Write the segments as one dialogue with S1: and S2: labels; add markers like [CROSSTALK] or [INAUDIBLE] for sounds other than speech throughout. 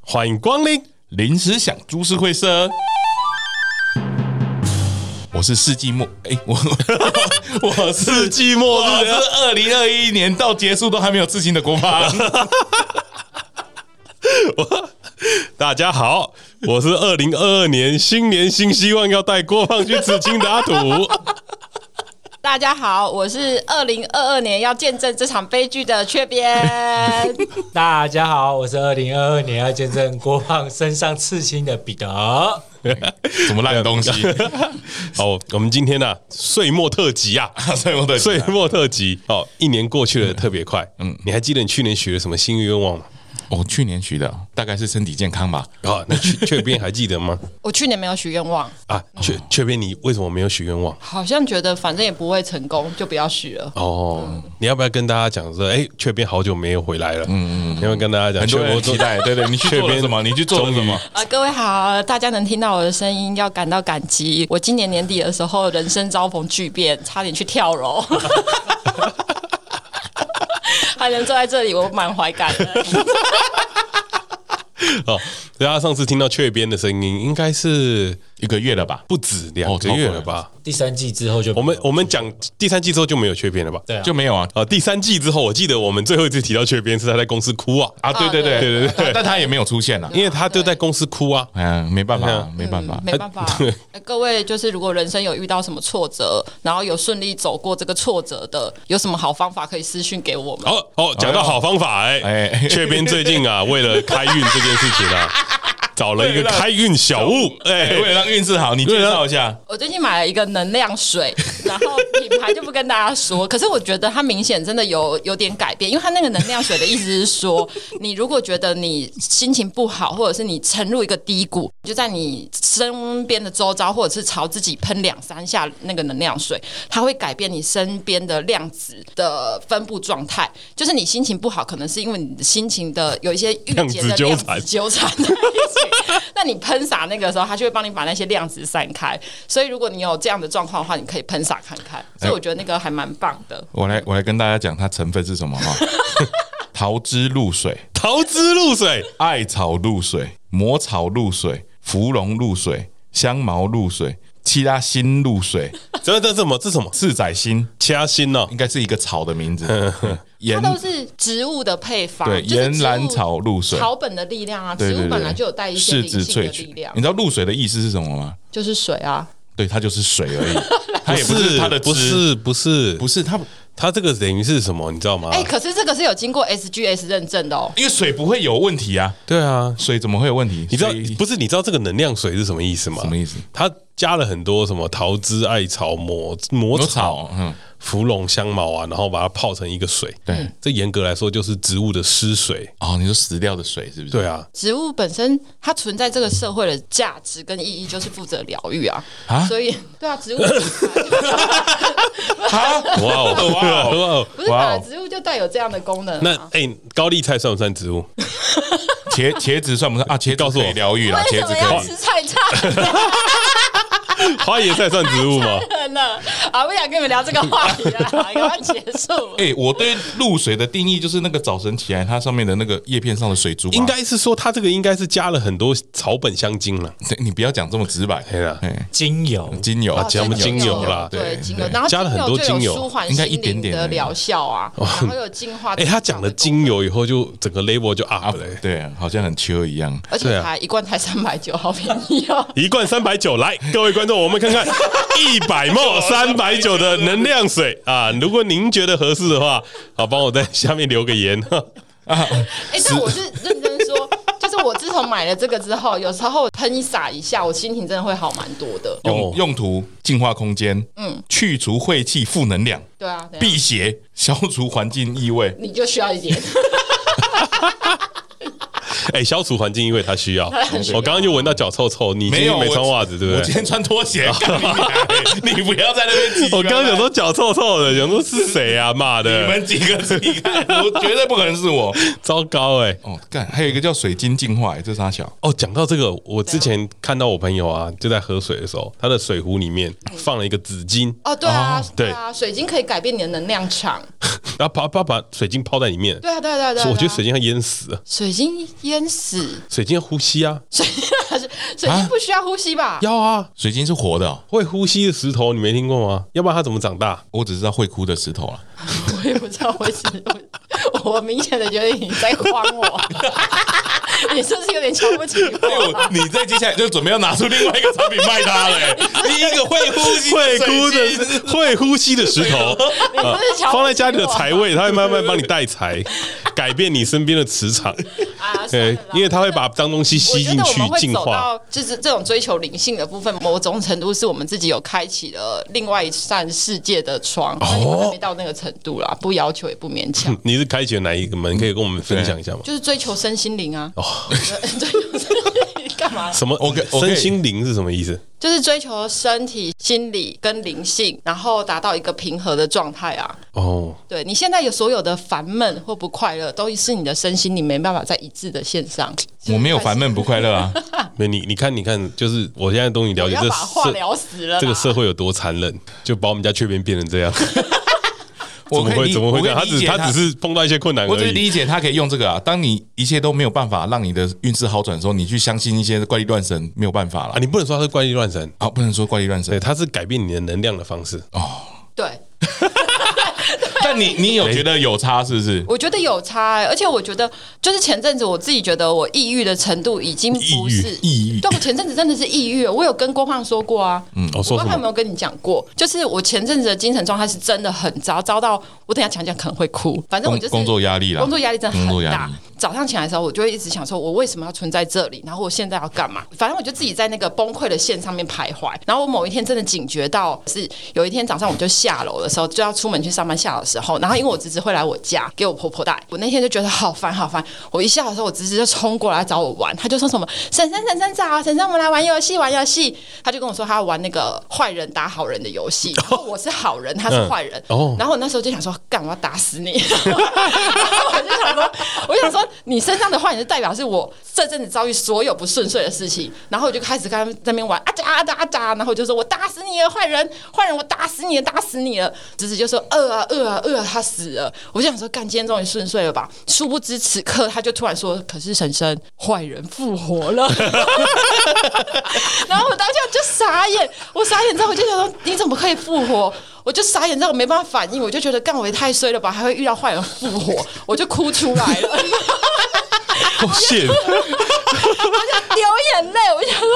S1: 欢迎光临临时想株式会社。
S2: 我是世纪末，哎、我 [LAUGHS] 我
S1: 世
S2: 是
S1: 纪末
S2: 我
S1: 日
S2: 是二零二一年到结束都还没有自信的国 [LAUGHS] 防，
S1: 大家好，我是二零二二年新年新希望要带郭放去刺青的 [LAUGHS] 阿土。
S3: 大家好，我是二零二二年要见证这场悲剧的缺边。 [LAUGHS]
S4: 大家好，我是二零二二年要见证郭胖身上刺青的彼得。
S2: 什么烂东西？
S1: 好，我们今天呢、岁末特辑啊，
S2: [LAUGHS] 所以我的
S1: 岁末特辑哦，一年过去了特别快。嗯，你还记得你去年许了什么心愿愿望吗？
S2: 我去年许的大概是身体健康吧，
S1: 哦，那雀雀边还记得 [LAUGHS] 吗？
S3: 我去年没有许愿望，
S1: 啊，雀雀边，你为什么没有许愿望？
S3: 好像觉得反正也不会成功，就不要许了。
S1: 哦，你要不要跟大家讲说，哎，雀边好久没有回来了？嗯嗯，你要不要跟大家讲，
S2: 很多人
S1: 雀
S2: 期待。对对，你去做了什么？你去做了什么？
S3: 啊，各位好，大家能听到我的声音，要感到感激。我今年年底的时候，人生遭逢巨变，差点去跳 [LAUGHS] 楼，还能坐在这里，我满怀感恩。
S1: [LAUGHS] 哦，大家上次听到雀边的声音，应该是
S2: 一个月了吧？
S1: 不止两
S2: 哦
S1: 个月了吧？
S4: 第三季之后就
S1: 我们我们讲第三季之后就没有雀边了吧？
S4: 对啊
S2: 就没有啊？
S1: 啊，第三季之后，我记得我们最后一次提到雀边是他在公司哭啊，
S2: 啊，对对对
S3: 啊
S1: 对对对
S2: 但但他也没有出现啊了。
S1: 因为他就在公司哭啊。
S2: 嗯，没办法，没办法
S3: 嗯，没办法。呃各位就是，如果人生有遇到什么挫折，然后有顺利走过这个挫折的，有什么好方法可以私讯给我们？
S1: 哦哦，讲到好方法哎、
S2: 哎 [LAUGHS]
S1: 雀边最近啊，为了开运这件事情啊，
S2: [LAUGHS]
S1: 找了一个开运小物哎
S2: 哎，为了让运势好，你介绍一下。
S3: 我最近买了一个能量水，然后品牌就不跟大家说。可是我觉得它明显真的有有点改变，因为它那个能量水的意思是说，你如果觉得你心情不好，或者是你沉入一个低谷，就在你身边的周遭，或者是朝自己喷两三下那个能量水，它会改变你身边的量子的分布状态。就是你心情不好，可能是因为你的心情的有一些郁
S1: 量
S3: 结
S1: 子
S3: 的
S1: 纠
S3: 量
S1: 缠
S3: 子纠缠在一起。那你喷洒那个的时候，它就会帮你把那些量子散开。所以如果你有这样的状况的话，你可以喷洒看看。
S2: 哎
S3: 所以我觉得那个还蛮棒的。
S2: 我来，我来跟大家讲它成分是什么哈。 [LAUGHS] 桃汁露水、
S1: 桃之露水，
S2: 艾草露水、魔草露水、芙蓉露水、香茅露水、七拉心露水、
S1: 这这这什么？这什么？
S2: 赤仔心，
S1: 掐心哦呢、
S2: 应该是一个草的
S1: [LAUGHS]
S2: 名字。嗯
S3: 它
S2: 岩
S3: 都是植物的配方，
S2: 对
S3: 就是
S2: 岩
S3: 植物
S2: 兰草露水
S3: 草本的力量啊，
S2: 对
S3: 植
S2: 对
S3: 物本
S2: 对，
S3: 来就有带一些
S2: 是
S3: 灵
S2: 指
S3: 性的
S2: 萃
S3: 力
S2: 取。
S3: 量
S2: 你，知道露水的意思是什么吗？
S3: 就是水啊。
S2: 对，它就是水而已，
S3: [LAUGHS]
S2: 它也不
S1: 不
S2: 是
S1: 是
S2: 它的
S1: 不
S2: 汁
S1: 是不是
S2: 不是它，
S1: 它这个等于是什么？你知
S2: 啊
S1: 道吗？
S3: 哎，可是这个是有经过 SGS 认证的哦。
S2: 因为水不会有问题啊，
S1: 对啊，
S2: 水怎么会有问题？
S1: 你知道
S2: 水
S1: 不是？你知道这个能量水是什么意思吗？
S2: 什么意思？
S1: 它加了很多什么桃枝、艾草、魔魔
S2: 有
S1: 草
S2: 草、，嗯，
S1: 芙蓉、香茅啊，然后把它泡成一个水。
S2: 对，
S1: 这严格来说就是植物的湿水。
S2: 哦，你说死掉的水是不是？
S1: 对啊，
S3: 植物本身它存在这个社会的价值跟意义，就是负责疗愈啊。
S2: 啊
S3: 所以对啊，植物
S2: [LAUGHS]
S3: 啊
S1: 哇哦哇哦 [LAUGHS] 哇哦！
S3: 不是
S2: 哇
S3: 吧？
S2: 哦
S3: 植物就带有这样的功能、啊。
S1: 那哎、高丽菜算不算植物？ [LAUGHS]
S2: 茄茄子算不算啊？茄子
S1: 告诉我
S2: 可以疗愈啦，茄
S3: 为什
S2: 子
S3: 么要
S2: 可
S3: 吃
S2: 以。
S3: 菜菜
S1: 花椰菜算植物吗？
S3: 人了？啊，不想跟你们聊这个话题了，赶快结束。
S1: [LAUGHS]
S2: 哎、我对露水的定义就是那个早晨起来，它上面的那个叶片上的水珠吧。
S1: 应该是说它这个应该是加了很多草本香精了。
S2: 对，你不要讲这么直白。
S1: 对啦
S2: 哎
S4: 精油，
S2: 精油，
S3: 哦
S1: 加我们精油啦
S3: 对精油，
S2: 对
S3: 然后
S1: 加了很多
S3: 精
S1: 精油
S3: 油就有舒缓
S2: 应该
S3: 心
S2: 一点
S3: 灵
S2: 点而
S3: 的
S2: 已
S3: 疗效啊，然后有净化。
S1: [LAUGHS] 哎、他讲了，精油以后，就整个 label 就 up 了、
S2: 对啊对，好像很秋一样。
S3: 而
S1: 对
S3: 且
S1: 啊
S3: 还一罐才三百九， [LAUGHS] 好便宜
S1: [LAUGHS]
S3: 哦。
S1: 一罐三百九，来，各位观众，我们看看一百沫三百九的能量水啊！如果您觉得合适的话，好，帮我在下面留个言。 [LAUGHS]
S3: 哎、但我是认真说，就是我自从买了这个之后，有时候喷洒一下，我心情真的会好蛮多的。
S1: 哦
S2: 用用途：净化空间，嗯，去除晦气、负能量，
S3: 对啊，等一下
S2: 辟邪，消除环境异味。
S3: 你就需要
S1: [LAUGHS]
S3: 一点。
S1: 哎、消除环境，因为它需要。我刚刚就闻到脚臭臭，你今天没
S2: 我
S1: 穿袜子，对不
S2: 我今
S1: 对？
S2: 天穿
S1: [LAUGHS]
S2: 拖鞋，干你娘欸你不要在那边唧唧
S1: 我刚刚想
S2: 歪歪
S1: 说脚臭臭的，想说是谁啊？骂
S2: [LAUGHS] 你
S1: 的，
S2: 们几个自己看，我绝对不可能是我。
S1: 糟糕哎、
S2: 哦，干，还有一个叫水晶净化，欸这啥小？
S1: 哦，讲到这个，我之前看到我朋友啊，就在喝水的时候，他的水壶里面放了一个纸巾，
S3: 哦，对啊，
S1: 对
S3: 对啊，水晶可以改变你的能量场。
S1: 然后把把把水晶泡在里面。
S3: 对啊，对啊，对啊。对啊
S1: 我觉得水晶要淹死了。
S3: 水晶淹淹死，
S1: 水晶要呼吸啊，
S3: 水 [LAUGHS] 水晶不需要呼吸吧？
S1: 要啊，
S2: 水晶是活的哦、
S1: 会呼吸的石头你没听过吗？要不然它怎么长大？
S2: 我只知道会哭的石头了。
S3: 我也不知道为什么，我明显的觉得你在诓 [LAUGHS] 我，你是不是有点瞧不起
S2: 哎呦
S3: 我？，
S2: 你在接下来就准备要拿出另外一个产品卖它了、欸，你一个会呼吸、
S1: 会哭的、会呼吸的石头，
S3: 你不是瞧不起我
S1: 放在家里的财位，它会慢慢帮你带财，改变你身边的磁场。
S3: 啊？算了
S1: 对
S3: 啦，
S1: 因为它会把脏东西
S3: 我
S1: 吸
S3: 觉
S1: 进
S3: 得我
S1: 去
S3: 们会
S1: 净
S3: 走
S1: 化。
S3: 到就是这种追求灵性的部分，某种程度是我们自己有开启了另外一扇世界的窗，但是还没到那个程度啦，不要求也不勉强，
S1: 你是开启了哪一个门？可以跟我们分享一下吗？
S3: 就是追求身心灵啊。 [LAUGHS] 追求身心灵干嘛？
S1: 什么？
S2: 我可我可以
S1: 身心灵是什么意思？
S3: 就是追求身体、心理跟灵性，然后达到一个平和的状态啊。
S1: 哦，
S3: 对你现在有所有的烦闷或不快乐，都是你的身心你没办法在一致的线上。
S2: [LAUGHS] 我没有烦闷不快乐啊，
S1: 没你，你看，你看，就是我现在终于了
S3: 不
S1: 解
S3: 要
S1: 这
S3: 把话
S1: 社
S3: 聊死了啦。
S1: 这个社会有多残忍，就把我们家雀边变成这样。怎
S2: [LAUGHS] 我
S1: 么
S2: 可以
S1: 会
S2: 理
S1: 怎么会这样？
S2: 我
S1: 他
S2: 可以理
S1: 只
S2: 解
S1: 他只是碰到一些困难
S2: 我只
S1: 而
S2: 是
S1: 已。
S2: 理解他可以用这个啊。当你一切都没有办法让你的运势好转的时候，你去相信一些怪力乱神没有办法
S1: 啊，
S2: 了。
S1: 你不能说他是怪力乱神，
S2: 啊，不能说怪力乱神
S1: 对，，他是改变你的能量的方式。哦
S3: 对，
S2: 但你你 [LAUGHS] 有觉得有差是不是？
S3: 我觉得有差欸、而且我觉得就是前阵子我自己觉得我抑郁的程度已经不是
S2: 抑郁抑郁哦
S3: 对我前阵子真的是抑郁，我有跟郭胖说过啊，嗯，
S1: 我说
S3: 我
S1: 什
S3: 不知道他有
S1: 么？
S3: 没有跟你讲过，就是我前阵子的精神状态是真的很糟，糟到我等一下讲讲可能会哭。反正我
S2: 工
S3: 就是
S2: 工作压力啦，
S3: 工作压力真的
S2: 工作
S3: 很
S2: 压
S3: 大
S2: 力。
S3: 早上起来的时候，我就会一直想说，我为什么要存在这里？然后我现在要干嘛？反正我就自己在那个崩溃的线上面徘徊。然后我某一天真的警觉到，是有一天早上我就下楼的时候，就要出门去上班下楼的时候，然后因为我侄子会来我家给我婆婆带，我那天就觉得好烦好烦。我一下楼的时候，我侄子就冲过来找我玩，他就说什么“婶婶婶婶早，婶婶我们来玩游戏玩游戏”，他就跟我说他要玩那个坏人打好人的游戏，然后我是好人，他是坏人，
S1: 嗯哦
S3: 然后我那时候就想说，干，我要打死你！ [LAUGHS] 然后我就想说，我想说，你身上的坏，你就代表是我这阵子遭遇所有不顺遂的事情。然后我就开始跟他们在那边玩啊喳啊喳啊喳，然后我就说我打死你了，坏人，坏人，我打死你了，打死你了。侄子就说饿啊饿啊饿啊，他死了。我就想说，干，今天终于顺遂了吧？殊不知此刻他就突然说，可是婶婶，坏人复活了。 [LAUGHS] 然后我当下就傻眼，我傻眼之后我就想说，你怎么可以复活？我就傻眼之后没办法反应，我就觉得干我也太衰了吧，还会遇到坏人复活，我就哭出来了，
S1: 哦，谢。
S3: 流眼泪。我想说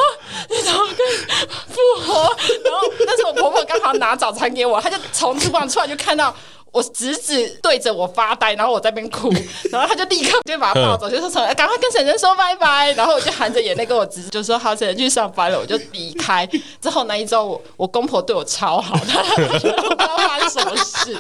S3: 你怎么可以复活？然后那时候我婆婆刚好拿早餐给我，她就从厨房出来就看到。我侄子对着我发呆，然后我在那边哭，然后她就立刻就把他抱走，就说什么哎赶快跟婶婶说拜拜，然后我就含着眼泪跟我侄子就说好，婶婶去上班了，我就离开。之后那一周，我我公婆对我超好，她不知道发生什么事。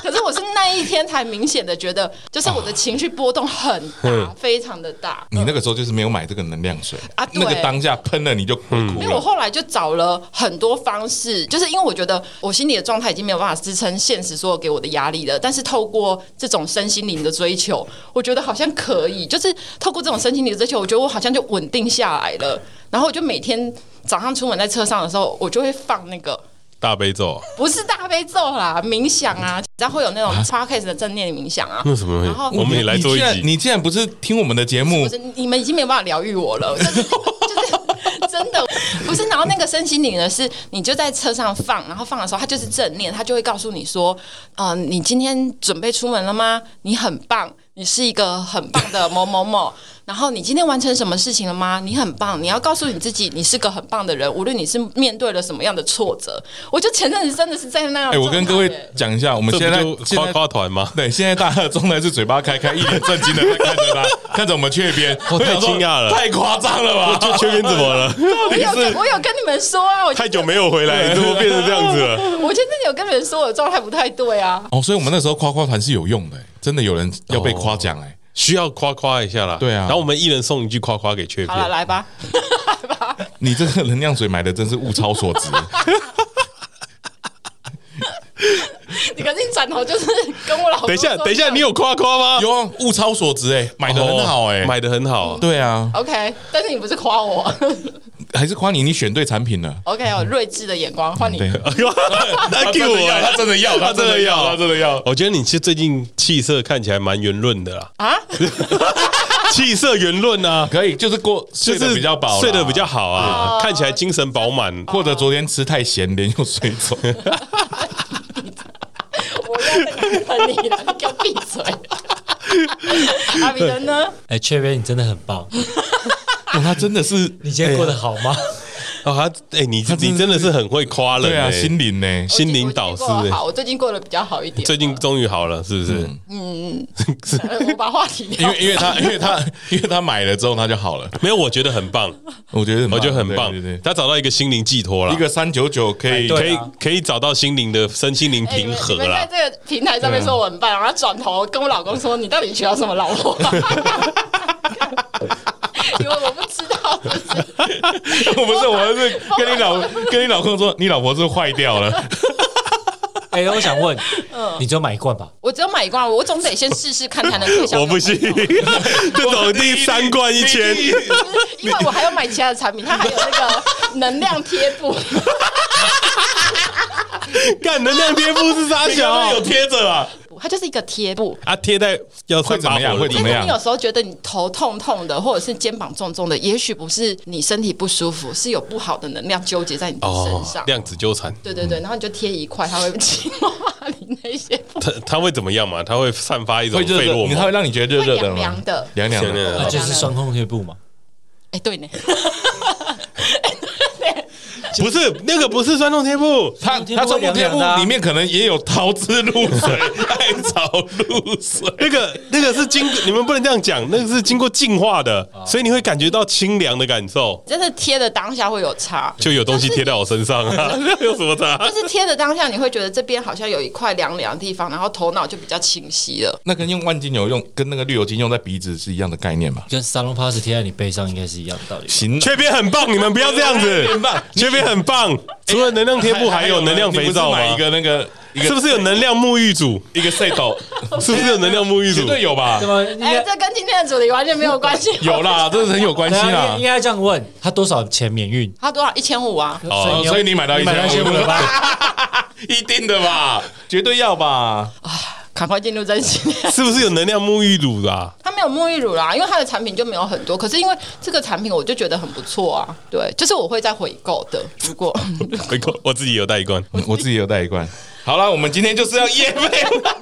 S3: 可是我是那一天才明显的觉得，就是我的情绪波动很大，非常的大。
S2: 你那个时候就是没有买这个能量水
S3: 啊对
S2: 那个当下喷了你就哭
S3: 因为我
S2: 了。
S3: 后来就找了很多方式，就是因为我觉得我心里的状态已经没有办法支撑现实所有给我的压力了。但是透过这种身心灵的追求，我觉得好像可以，就是透过这种身心灵的追求，我觉得我好像就稳定下来了。然后我就每天早上出门在车上的时候，我就会放那个。
S1: 大悲咒啊，
S3: 不是大悲咒啦，冥想啊，然后会有那种 podcast 的正念冥想啊。
S1: 那什么
S3: 然后
S1: 我们也来做一
S2: 你竟然
S1: 集。
S2: 你竟然不是听我们的节目
S3: 不是你们已经没有办法疗愈
S2: [LAUGHS]
S3: 我了，就是就是真的不是。然后那个身心灵呢，是你就在车上放，然后放的时候，它就是正念，它就会告诉你说，呃，你今天准备出门了吗？你很棒，你是一个很棒的某某某。然后你今天完成什么事情了吗？你很棒，你要告诉你自己，你是个很棒的人，无论你是面对了什么样的挫折。我就前阵子真的是在那样
S2: 哎、
S3: 的状态耶，
S2: 我跟各位讲一下，我们
S1: 这
S2: 现在
S1: 不就
S2: 现
S1: 夸
S2: 在
S1: 夸团
S2: [LAUGHS]
S1: 吗？
S2: 对，现在大家的状态是嘴巴开开，一脸震惊的在看着
S1: [LAUGHS]
S2: 他，看着我们雀边，
S1: 哦太惊讶了
S2: 我想说太夸张了吧？
S1: 就缺边怎么了？
S3: 我有跟我有跟你们说啊，
S1: [LAUGHS]
S3: 我
S1: 太久没有回来，你怎么变成这样子了？
S3: 我前阵子有跟你们说我的状态不太对啊。
S2: [LAUGHS] 哦，所以我们那时候夸夸团是有用的、欸真的有人要被夸奖哎。
S1: 需要夸夸一下啦。
S2: 对啊
S1: 然后我们一人送一句夸夸给雀
S3: 好了，
S1: 边。
S3: 来吧。
S2: 你这个能量水买的真是物超所
S1: [LAUGHS]
S2: 值，
S3: 你可是你转头就是跟我老公。
S1: [LAUGHS] 等一下，等一下，你。有夸夸吗？
S2: 有啊，物超所值哎、买的很好哎、
S1: 哦买的很好。
S2: 对啊，
S3: OK，但是你不是夸我 [LAUGHS]
S2: 还是夸你，你选对产品了。
S3: ，OK，有睿智的眼光，换
S2: [LAUGHS]
S3: 你。
S2: 对，啊
S1: 他 Q 我欸，
S2: 真的
S1: [LAUGHS]
S2: 要
S1: 他真的要
S2: 他真的要。
S1: 我觉得你是最近气色看起来蛮圆润的啦，
S3: 啊，
S1: 气色圆润啊，
S2: 可以，就是过
S1: 就
S2: 睡
S1: 是
S2: 得比较饱啦，
S1: 睡得比较好啊，
S3: 哦
S1: 看起来精神饱满。
S2: 或者昨天吃太咸，脸又水
S1: [LAUGHS]
S2: 肿。
S3: [LAUGHS] 我要喷你了，你给我闭嘴。 [LAUGHS] 阿比德呢？
S4: 哎，雀边你真的很棒，
S2: 哇他真的是，哎
S4: 你今天过得好吗？
S1: 哦，他哎，你
S2: 他真的
S1: 你真的是很会夸人
S2: 对啊，
S1: 欸
S2: 心灵呢？
S1: 心灵导师
S3: 我最近过得
S1: 欸
S3: 好，我最近过得比较好一点。
S1: 最近终于好了，是不
S2: 嗯
S1: 是？
S3: [LAUGHS] 呃我把话题
S2: 因
S3: 聊
S4: 哦
S2: 为因为他因为他 [LAUGHS] 因为他买了之后他就好了，
S1: 没有，我觉得很棒，
S2: 我觉得
S1: 我觉得很棒
S2: 对对，对
S1: 他找到一个心灵寄托了，
S2: 一个三九九可以
S4: 哎
S1: 可
S4: 对
S1: 以
S4: 啊
S1: 可以找到心灵的身心灵
S3: 哎你
S1: 平
S3: 们
S1: 和
S3: 你们在
S1: 啦。啊
S3: 这个平台上面说我很棒，然后转头跟我老公说：“你到底娶到什么老婆？” [LAUGHS] 因为我不知道， [LAUGHS] 是不是
S2: [LAUGHS] 我不是，我是跟你老跟你老公说，你老婆是坏掉了，
S4: 哎，我想问，
S3: 嗯
S4: 你只有买一罐吧？
S3: 我只有买一罐，我总得先试试看才能推销。
S1: 我不信，， [LAUGHS] 这种第三罐一千，
S3: [LAUGHS] 因为我还要买其他的产品，它还有那个能量贴布。
S1: [LAUGHS] 干能量贴布是啥
S2: 你刚刚
S1: 小
S2: 有贴着啊，
S3: [LAUGHS] 它就是一个贴布。
S1: [LAUGHS] 啊？贴在要
S2: 会怎么样
S1: 会
S2: 会
S1: 怎
S2: 怎
S1: 么
S2: 么
S3: 就是你有
S2: 样？
S3: 时候觉得你头痛痛的，或者是肩膀重重的，也许不是你身体不舒服，是有不好的能量纠结在你的身
S1: 哦
S3: 上。，
S1: 量子纠缠，
S3: 对对对，然后你就贴一块，它会 [LAUGHS] 净化你那些不
S1: 它它会怎么样嘛？它会散发一种
S2: 会热
S1: 费
S2: 热
S1: 洛，
S2: 你他会
S1: 蒙，
S2: 让你觉得热热的
S3: 会
S2: 吗
S3: 凉凉的？
S2: 凉凉
S1: 凉凉
S2: 的
S1: 的
S4: 啊，就是双控贴布嘛。
S3: 哎，对呢，
S1: 不是那个不是酸痛贴布，
S2: 他
S4: 贴布
S2: 他中国
S4: 会凉
S2: 贴
S4: 凉
S2: 布
S4: 的啊
S2: 里面可能也有桃之露水、艾草露水，
S1: 那个那个是经你们不能这样讲，那个是经过净化的，所以你会感觉到清凉的感受。
S3: 真的贴的当下会有差。
S1: 就有东西贴在我身上
S2: [LAUGHS]
S1: 啊，那有什么差？
S3: 就是贴的当下，你会觉得这边好像有一块凉凉的地方，然后头脑就比较清晰了。
S2: 那跟用万金油用跟那个绿油精用在鼻子是一样的概念嘛？
S4: 跟沙龙 pass 贴在你背上应该是一样的道理。
S2: 行，
S1: 缺边很棒，你们不要这样子。
S2: 很棒
S1: 缺边很棒。除了能量贴布，还有能量肥皂
S2: 你不是买
S1: 吗
S2: 一？个那个一个
S1: 是不是有能量沐浴组？
S2: 一个 set？
S1: [LAUGHS] 是不是有能量沐浴
S2: 绝
S1: 组？
S2: 对有吧
S4: 对？啊吗？应
S3: 哎、
S4: 该
S3: 这跟今天的主题完全没有关系。
S2: 有啦，这是很有关系
S4: 对啊
S2: 啦
S4: 应应。该这样问，他多少钱免运？
S3: 它多少？一千五啊！
S2: 哦
S4: 有
S2: 所以你买到
S4: 你买到一千
S2: 1500
S4: 五了 [LAUGHS] 吧？
S2: 一定的吧，绝对要吧。
S3: 赶快进入正题。
S1: 是不是有能量沐浴乳
S2: [LAUGHS]
S1: 啊？
S3: 它没有沐浴乳啦，因为它的产品就没有很多。可是因为这个产品，我就觉得很不错啊。对，就是我会再回购的。如果
S1: 我我自己有带一罐。
S2: 嗯我自己有带一罐。好啦，我们今天就是要夜配啦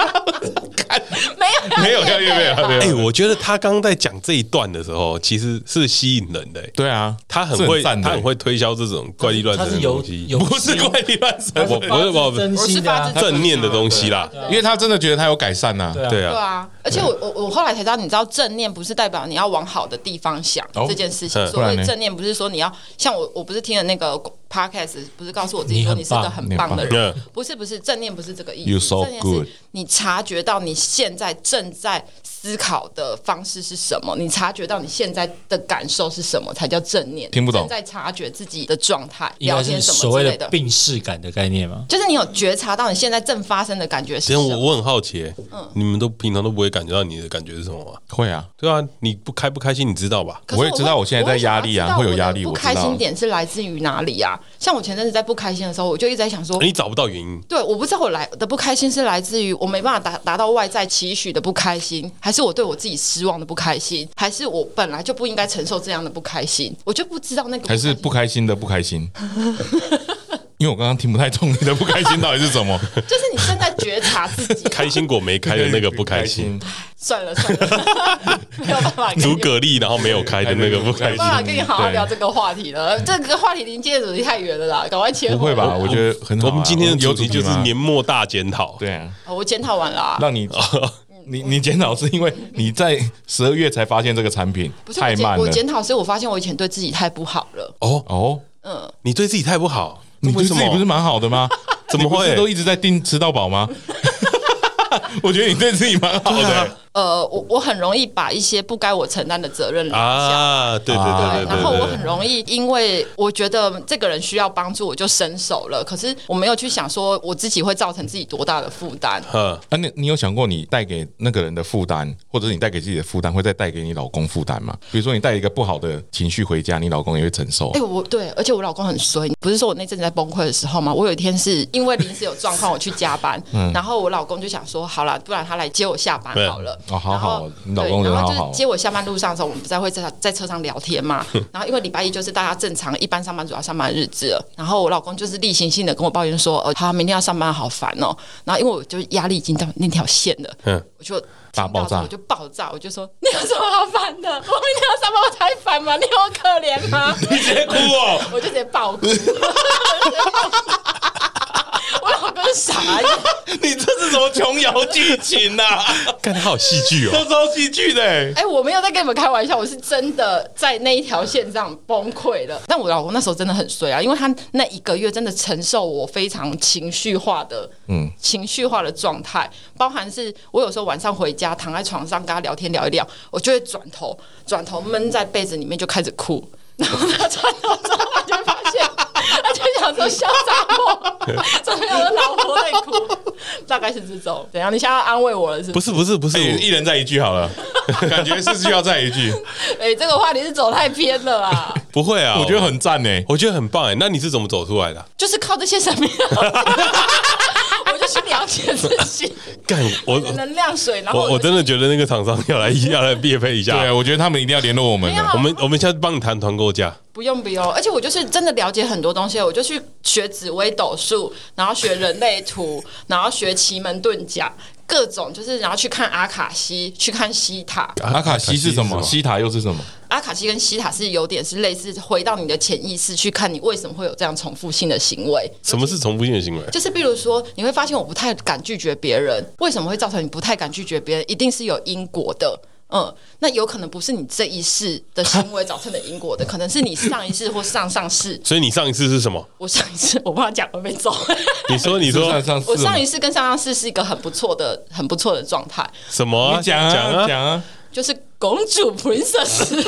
S2: 看
S3: 没
S2: [LAUGHS]
S3: 有
S2: 没有要夜配啊，没
S1: [LAUGHS] 哎、
S2: [LAUGHS] 有。
S1: 我觉得他刚刚在讲这一段的时候，其实是吸引人的、欸
S2: 对啊，
S1: 他很
S2: 是
S1: 会，
S2: 赞的
S1: 他很，会推销这种怪力乱
S4: 他
S1: 神的
S4: 是有
S1: 东西，
S4: 有
S2: 不是怪力乱神，
S1: 我不是我
S4: 真心的啊
S3: 我是发自
S1: 正念的东西啦。
S2: 因为他真的觉得他有改善呐。
S4: 对啊
S1: 对
S3: 对
S1: 啊，
S3: 啊，而且我我我后来才知道，你知道正念不是代表你要往好的地方想、
S2: 哦
S3: 这件事情
S1: 嗯。
S3: 所
S2: 不
S3: 谓
S2: 然呢
S3: 正念，不是说你要像我，我不是听了那个 podcast，不是告诉我自己
S4: 你
S3: 说
S4: 很
S3: 你是个
S4: 棒
S3: 很
S2: 你很
S3: 棒的
S2: 棒
S3: 人
S1: 嗯，
S3: 不是不是正念不是这个意思。
S2: You're so
S3: 正念
S2: good
S3: 是你察觉到你现在正在思考的方式是什么，你察觉到你现在的感受是什么，才叫正念。
S2: 听不懂
S3: 正在察觉自己的状态，
S4: 应该
S3: 聊
S4: 是
S3: 天什么
S4: 所
S3: 之
S4: 谓
S3: 类
S4: 的
S3: 的。
S4: 病逝感的概念嘛。
S3: 就是你有觉察到你现在正发生的感觉
S1: 其
S3: 是
S1: 实
S3: 什
S1: 我
S3: 么？
S1: 我很好奇、欸你们都平常都不会感觉到你的感觉是什么吗？
S2: 会啊，
S1: 对啊，你不开不开心，你知道吧？
S3: 可是
S2: 我也知道我现在在
S3: 想要
S2: 压力啊
S3: 知道
S2: 会有
S3: 我
S2: 压
S3: 的
S2: 力
S3: 不
S2: 我知
S3: 开
S2: 道
S3: 心点是来自于哪里啊？像我前阵子在不开心的时候，我就一直在想说，
S1: 你找不到原因，
S3: 对，我不知道我来的不开心是来自于我没办法达达到外在期许的不开心，还是我对我自己失望的不开心，还是我本来就不应该承受这样的不开心？我就不知道那个
S2: 还是不开心的不
S1: [LAUGHS]。
S2: 开心。因为我刚刚听不太懂你的不开心到底是什么，
S3: 就是你正在觉察自己
S1: 开心果没开的那个不开
S2: [LAUGHS]
S1: 心，
S3: 算了算了，没有办法跟
S1: 煮
S3: 你。
S1: 蛤蜊然后没有开的那个不开心
S2: [LAUGHS]
S3: 没有。办法跟你好好
S2: 对
S3: 聊这个话题了，这个话题离今天的主题太远了啦，赶快切
S2: 不
S3: 回。
S2: 会吧？我觉得很好啊。
S1: 我们今天的主题就是
S2: 吗
S1: 年末大检讨。[LAUGHS]
S2: 对啊，
S3: 哦我检讨完了啊、
S2: 让你你你检讨是因为你在十二月才发现这个产品
S3: 不是我
S2: 太
S3: 检
S2: 慢
S3: 我
S2: 了
S3: 检讨，是我发现我以前对自己太不好了。
S1: 哦，
S2: 哦。
S3: 嗯，
S1: 你对自己太不好，
S2: 你对
S1: 为什
S2: 自己
S1: 么
S2: 不是蛮好的吗？
S1: [LAUGHS] 怎么会
S2: 你不是都一直在订吃到饱吗？ [LAUGHS] 我觉得你对自己蛮好
S1: 对
S2: 的
S1: 啊。
S3: 呃，我我很容易把一些不该我承担的责任揽下。
S1: 啊？对对
S2: 啊
S1: 对对对
S3: 对，然后我很
S1: 对
S3: 容易，因为我觉得这个人需要帮助，我就伸手了。可是我没有去想说我自己会造成自己多大的负担。
S1: 对，嗯，
S2: 啊，你你有想过你带给那个人的负担，或者是你带给自己的负担，会再带给你老公负担吗？比如说你带一个不好的情绪回家，你老公也会承受
S1: [LAUGHS]
S3: 哎、。我对，而且我老公很衰。不是说我那
S2: [LAUGHS] 嗯
S3: 阵子在崩溃的时候吗？我有一天是因为临时有状况，我去加班，然后我老公就想说，好啦，不然他来接我下班好了。
S2: 哦好
S3: 然后
S2: 好你老
S3: 对
S2: 公人
S3: 然后
S2: 好
S3: 就
S2: 好
S3: 是接我下班路上的时候，我们不是会在在车上聊
S2: [LAUGHS]
S3: 天嘛？然后因为礼拜一就是大家正常一般上班族要上班的日子了，然后我老公就是例行性的跟我抱怨说，呃，他明天要上班，好烦哦。然后因为我就压力已经到那条线了，
S1: 嗯
S3: 我就。
S2: 大爆炸
S3: 我就爆炸，我就说你有什么好烦的？我明天要上班，我才烦嘛，你有我可怜啊
S2: [LAUGHS]
S3: 吗？
S1: 你直接哭哦，
S3: 我就直接爆哭， [LAUGHS] 我老公傻眼。
S5: 你这是什么琼瑶剧情呐、啊？
S1: 看他好戏剧
S5: 这
S1: 哦，
S5: 超戏剧的、欸。
S3: [LAUGHS] 哎、我没有在跟你们开玩笑，我是真的在那一条线上崩溃了。但我老公那时候真的很衰啊，因为他那一个月真的承受我非常情绪化的，嗯，情绪化的状态，包含是我有时候晚上回家躺在床上跟他聊天聊一聊，我就会转头转头闷在被子里面就开始哭， [LAUGHS] 然后他转头之后我就会发现。 [LAUGHS] 他就想说潇洒我， [LAUGHS] 怎么样？老婆在哭，大概是这种。怎样？你现在要安慰我了是不
S1: 不
S3: 是？
S1: 是不是不是，
S2: 哎
S1: 我
S2: 一人再一句好了，感觉是需要再一句，
S3: 哎、这个话题是走太偏了啊！
S1: [LAUGHS] 不会啊，
S2: [LAUGHS] 我觉得很赞呢。
S1: 我觉得很棒哎，那你是怎么走出来的啊？
S3: 就是靠这些神 [LAUGHS] 秘，我就去了解自己
S1: 干我
S3: [LAUGHS] 能量水，然后
S1: 我我真的觉得那个厂商要来要来业配一
S2: 对
S1: 下
S2: 啊，，我觉得他们一定要联络我们啊
S3: 没有啊
S2: 的。
S1: 我们我们下次帮你谈团购价，
S3: 不用不用，而且我就是真的了解很多东西，我就去学紫微斗数，然后学人类图， [LAUGHS] 然后学奇门遁甲，各种就是然后去看阿卡西，去看西塔，
S2: 阿卡西是什
S1: 阿
S2: 么？
S1: 卡西
S2: 西塔又是什么？
S3: 阿卡西跟西塔是有点是类似，回到你的潜意识去看你为什么会有这样重复性的行为，
S1: 什么是重复性的行为？
S3: 就是比如说，你会发现我不太敢拒绝别人，为什么会造成你不太敢拒绝别人？一定是有因果的。嗯，那有可能不是你这一世的行为造成的因果的，可能是你上一世或上上世。
S1: 所以你上一次是
S3: [LAUGHS]
S1: 什么？
S3: 我上一世我不怕讲会被揍。
S1: 你说你
S2: [LAUGHS]
S1: 说
S2: 上上
S3: 我
S2: 次吗
S3: 上一世跟上上世是一个很不错的、很不错的状态，
S1: 什么啊？
S2: 你讲啊
S1: 讲啊！
S2: 讲啊，
S3: 就是公主 princess。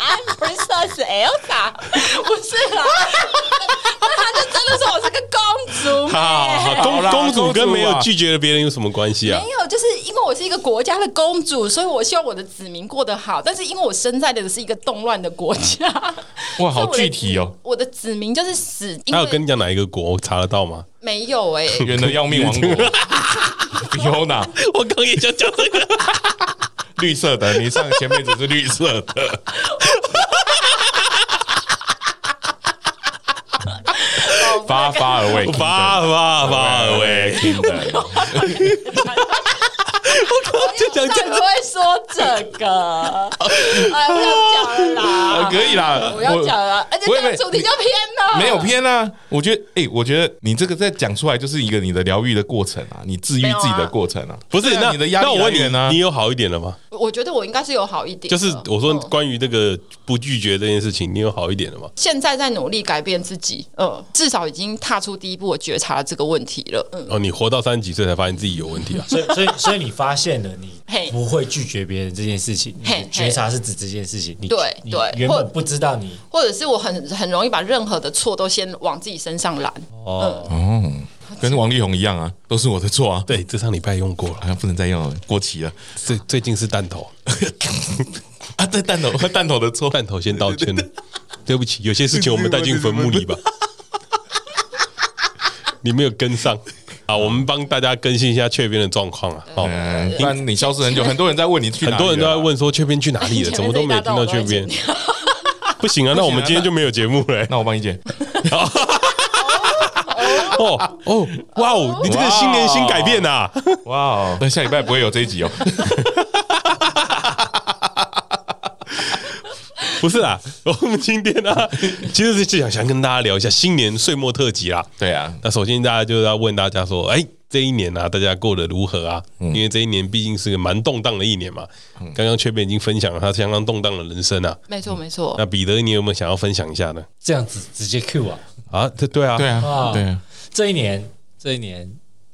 S3: I'm Princess Elsa，不是啦，那他就真的说我是个公主妹。
S1: 好好好，
S2: 好
S1: 公
S2: 啦
S1: 公主
S2: 公主
S1: 跟
S2: 啊
S1: 没有拒绝的别人有什么关系啊
S3: 没？有，就是因为我是一个国家的公主，所以我希望我的子民过得好。但是因为我身在的是一个动乱的国家， [LAUGHS]
S2: 哇，
S3: 所以
S2: 好
S3: 我的
S2: 具体哦
S3: 子。。我的子民就是死，因
S1: 他有跟
S3: 为
S1: 你讲哪一个国？我查得到吗？
S3: 没有 [LAUGHS] 哎、
S2: 圆的要命王 [LAUGHS] 国，Fiona，
S1: [LAUGHS] 我刚也想讲这个，
S2: 绿色的，你上前辈子是绿色的， [LAUGHS] 发发而为
S1: [LAUGHS] 爸爸爸 [LAUGHS] 喂，
S2: 的，
S1: 就讲
S3: 但不会说这个，哎，不要讲了啦，
S2: 可以啦，
S3: 不要讲了，而且
S2: 我
S3: 这个主题就偏了，
S2: 没有。偏啊，我觉得，哎、我觉得你这个再讲出来，就是一个你的疗愈的过程啊，你治愈自己的过程啊，
S1: 不是
S2: 对啊
S1: 那
S2: 你的压力
S1: 那我问
S2: 来源啊
S1: 你，你有好一点了吗？
S3: 我觉得我应该是有好一点的，
S1: 就是我说
S3: 嗯
S1: 关于这个不拒绝这件事情，你有好一点了吗？
S3: 现在在努力改变自己，嗯，至少已经踏出第一步，我觉察这个问题了，嗯，
S1: 哦，你活到三十几岁才发现自己有问 [LAUGHS] 题啊？
S4: 所以，所以，所以你发现了你
S3: 嘿
S4: 不会拒绝别人这件事情，你
S3: 嘿
S4: 的觉察是指这件事情。你
S3: 对
S4: 你
S3: 对
S4: 原
S3: 或
S4: 本不知道你
S3: 或者是我很很容易把任何的错都先往自己身上揽，
S4: 哦，
S2: 跟王力宏一样啊，都是我的错啊，
S1: 对，这上礼拜用过了，
S2: 好像不能再用了，过期了
S1: 最最近是弹头，
S2: 啊，对弹头，弹头的错，
S1: [LAUGHS] 弹头先道 [LAUGHS] 歉了，对不起，有些事情我们带进坟墓 [LAUGHS] 里吧，你没有跟上啊，我们帮大家更新一下雀边的状况啊，哦。
S2: 嗯，不然你消失很久，很多人在问你去哪
S1: 很
S2: 里了啊，
S1: 多人都在问说雀边去哪
S2: [LAUGHS]
S1: 里了，怎么都没有听到雀边。 [LAUGHS] 不行啊，那我们今天就没有节目
S2: [LAUGHS]
S1: 了欸、
S2: 那我帮你剪，
S1: 哦哦，哇哦，你这个新年新改变呐、啊！
S2: 哇哦，那下礼拜不会有这一集哦，
S1: 不是啊，我们今天啊， [LAUGHS] 其实是就想想跟大家聊一下新年岁末特辑啦。
S2: 对啊，
S1: 那首先大家就要问大家说，哎、这一年啊，大家过得如何啊？因为这一年毕竟是个蛮动荡的一年嘛。刚刚雀边已经分享了他相当动荡的人生啊。
S3: [LAUGHS] 没错没错，
S2: 嗯
S1: 那彼得，你有没有想要分享一下呢？
S4: 这样子直接 Q 啊！
S1: 啊，对对啊，
S2: 对啊，
S4: 啊
S2: 对啊，
S4: 这一年，这一年，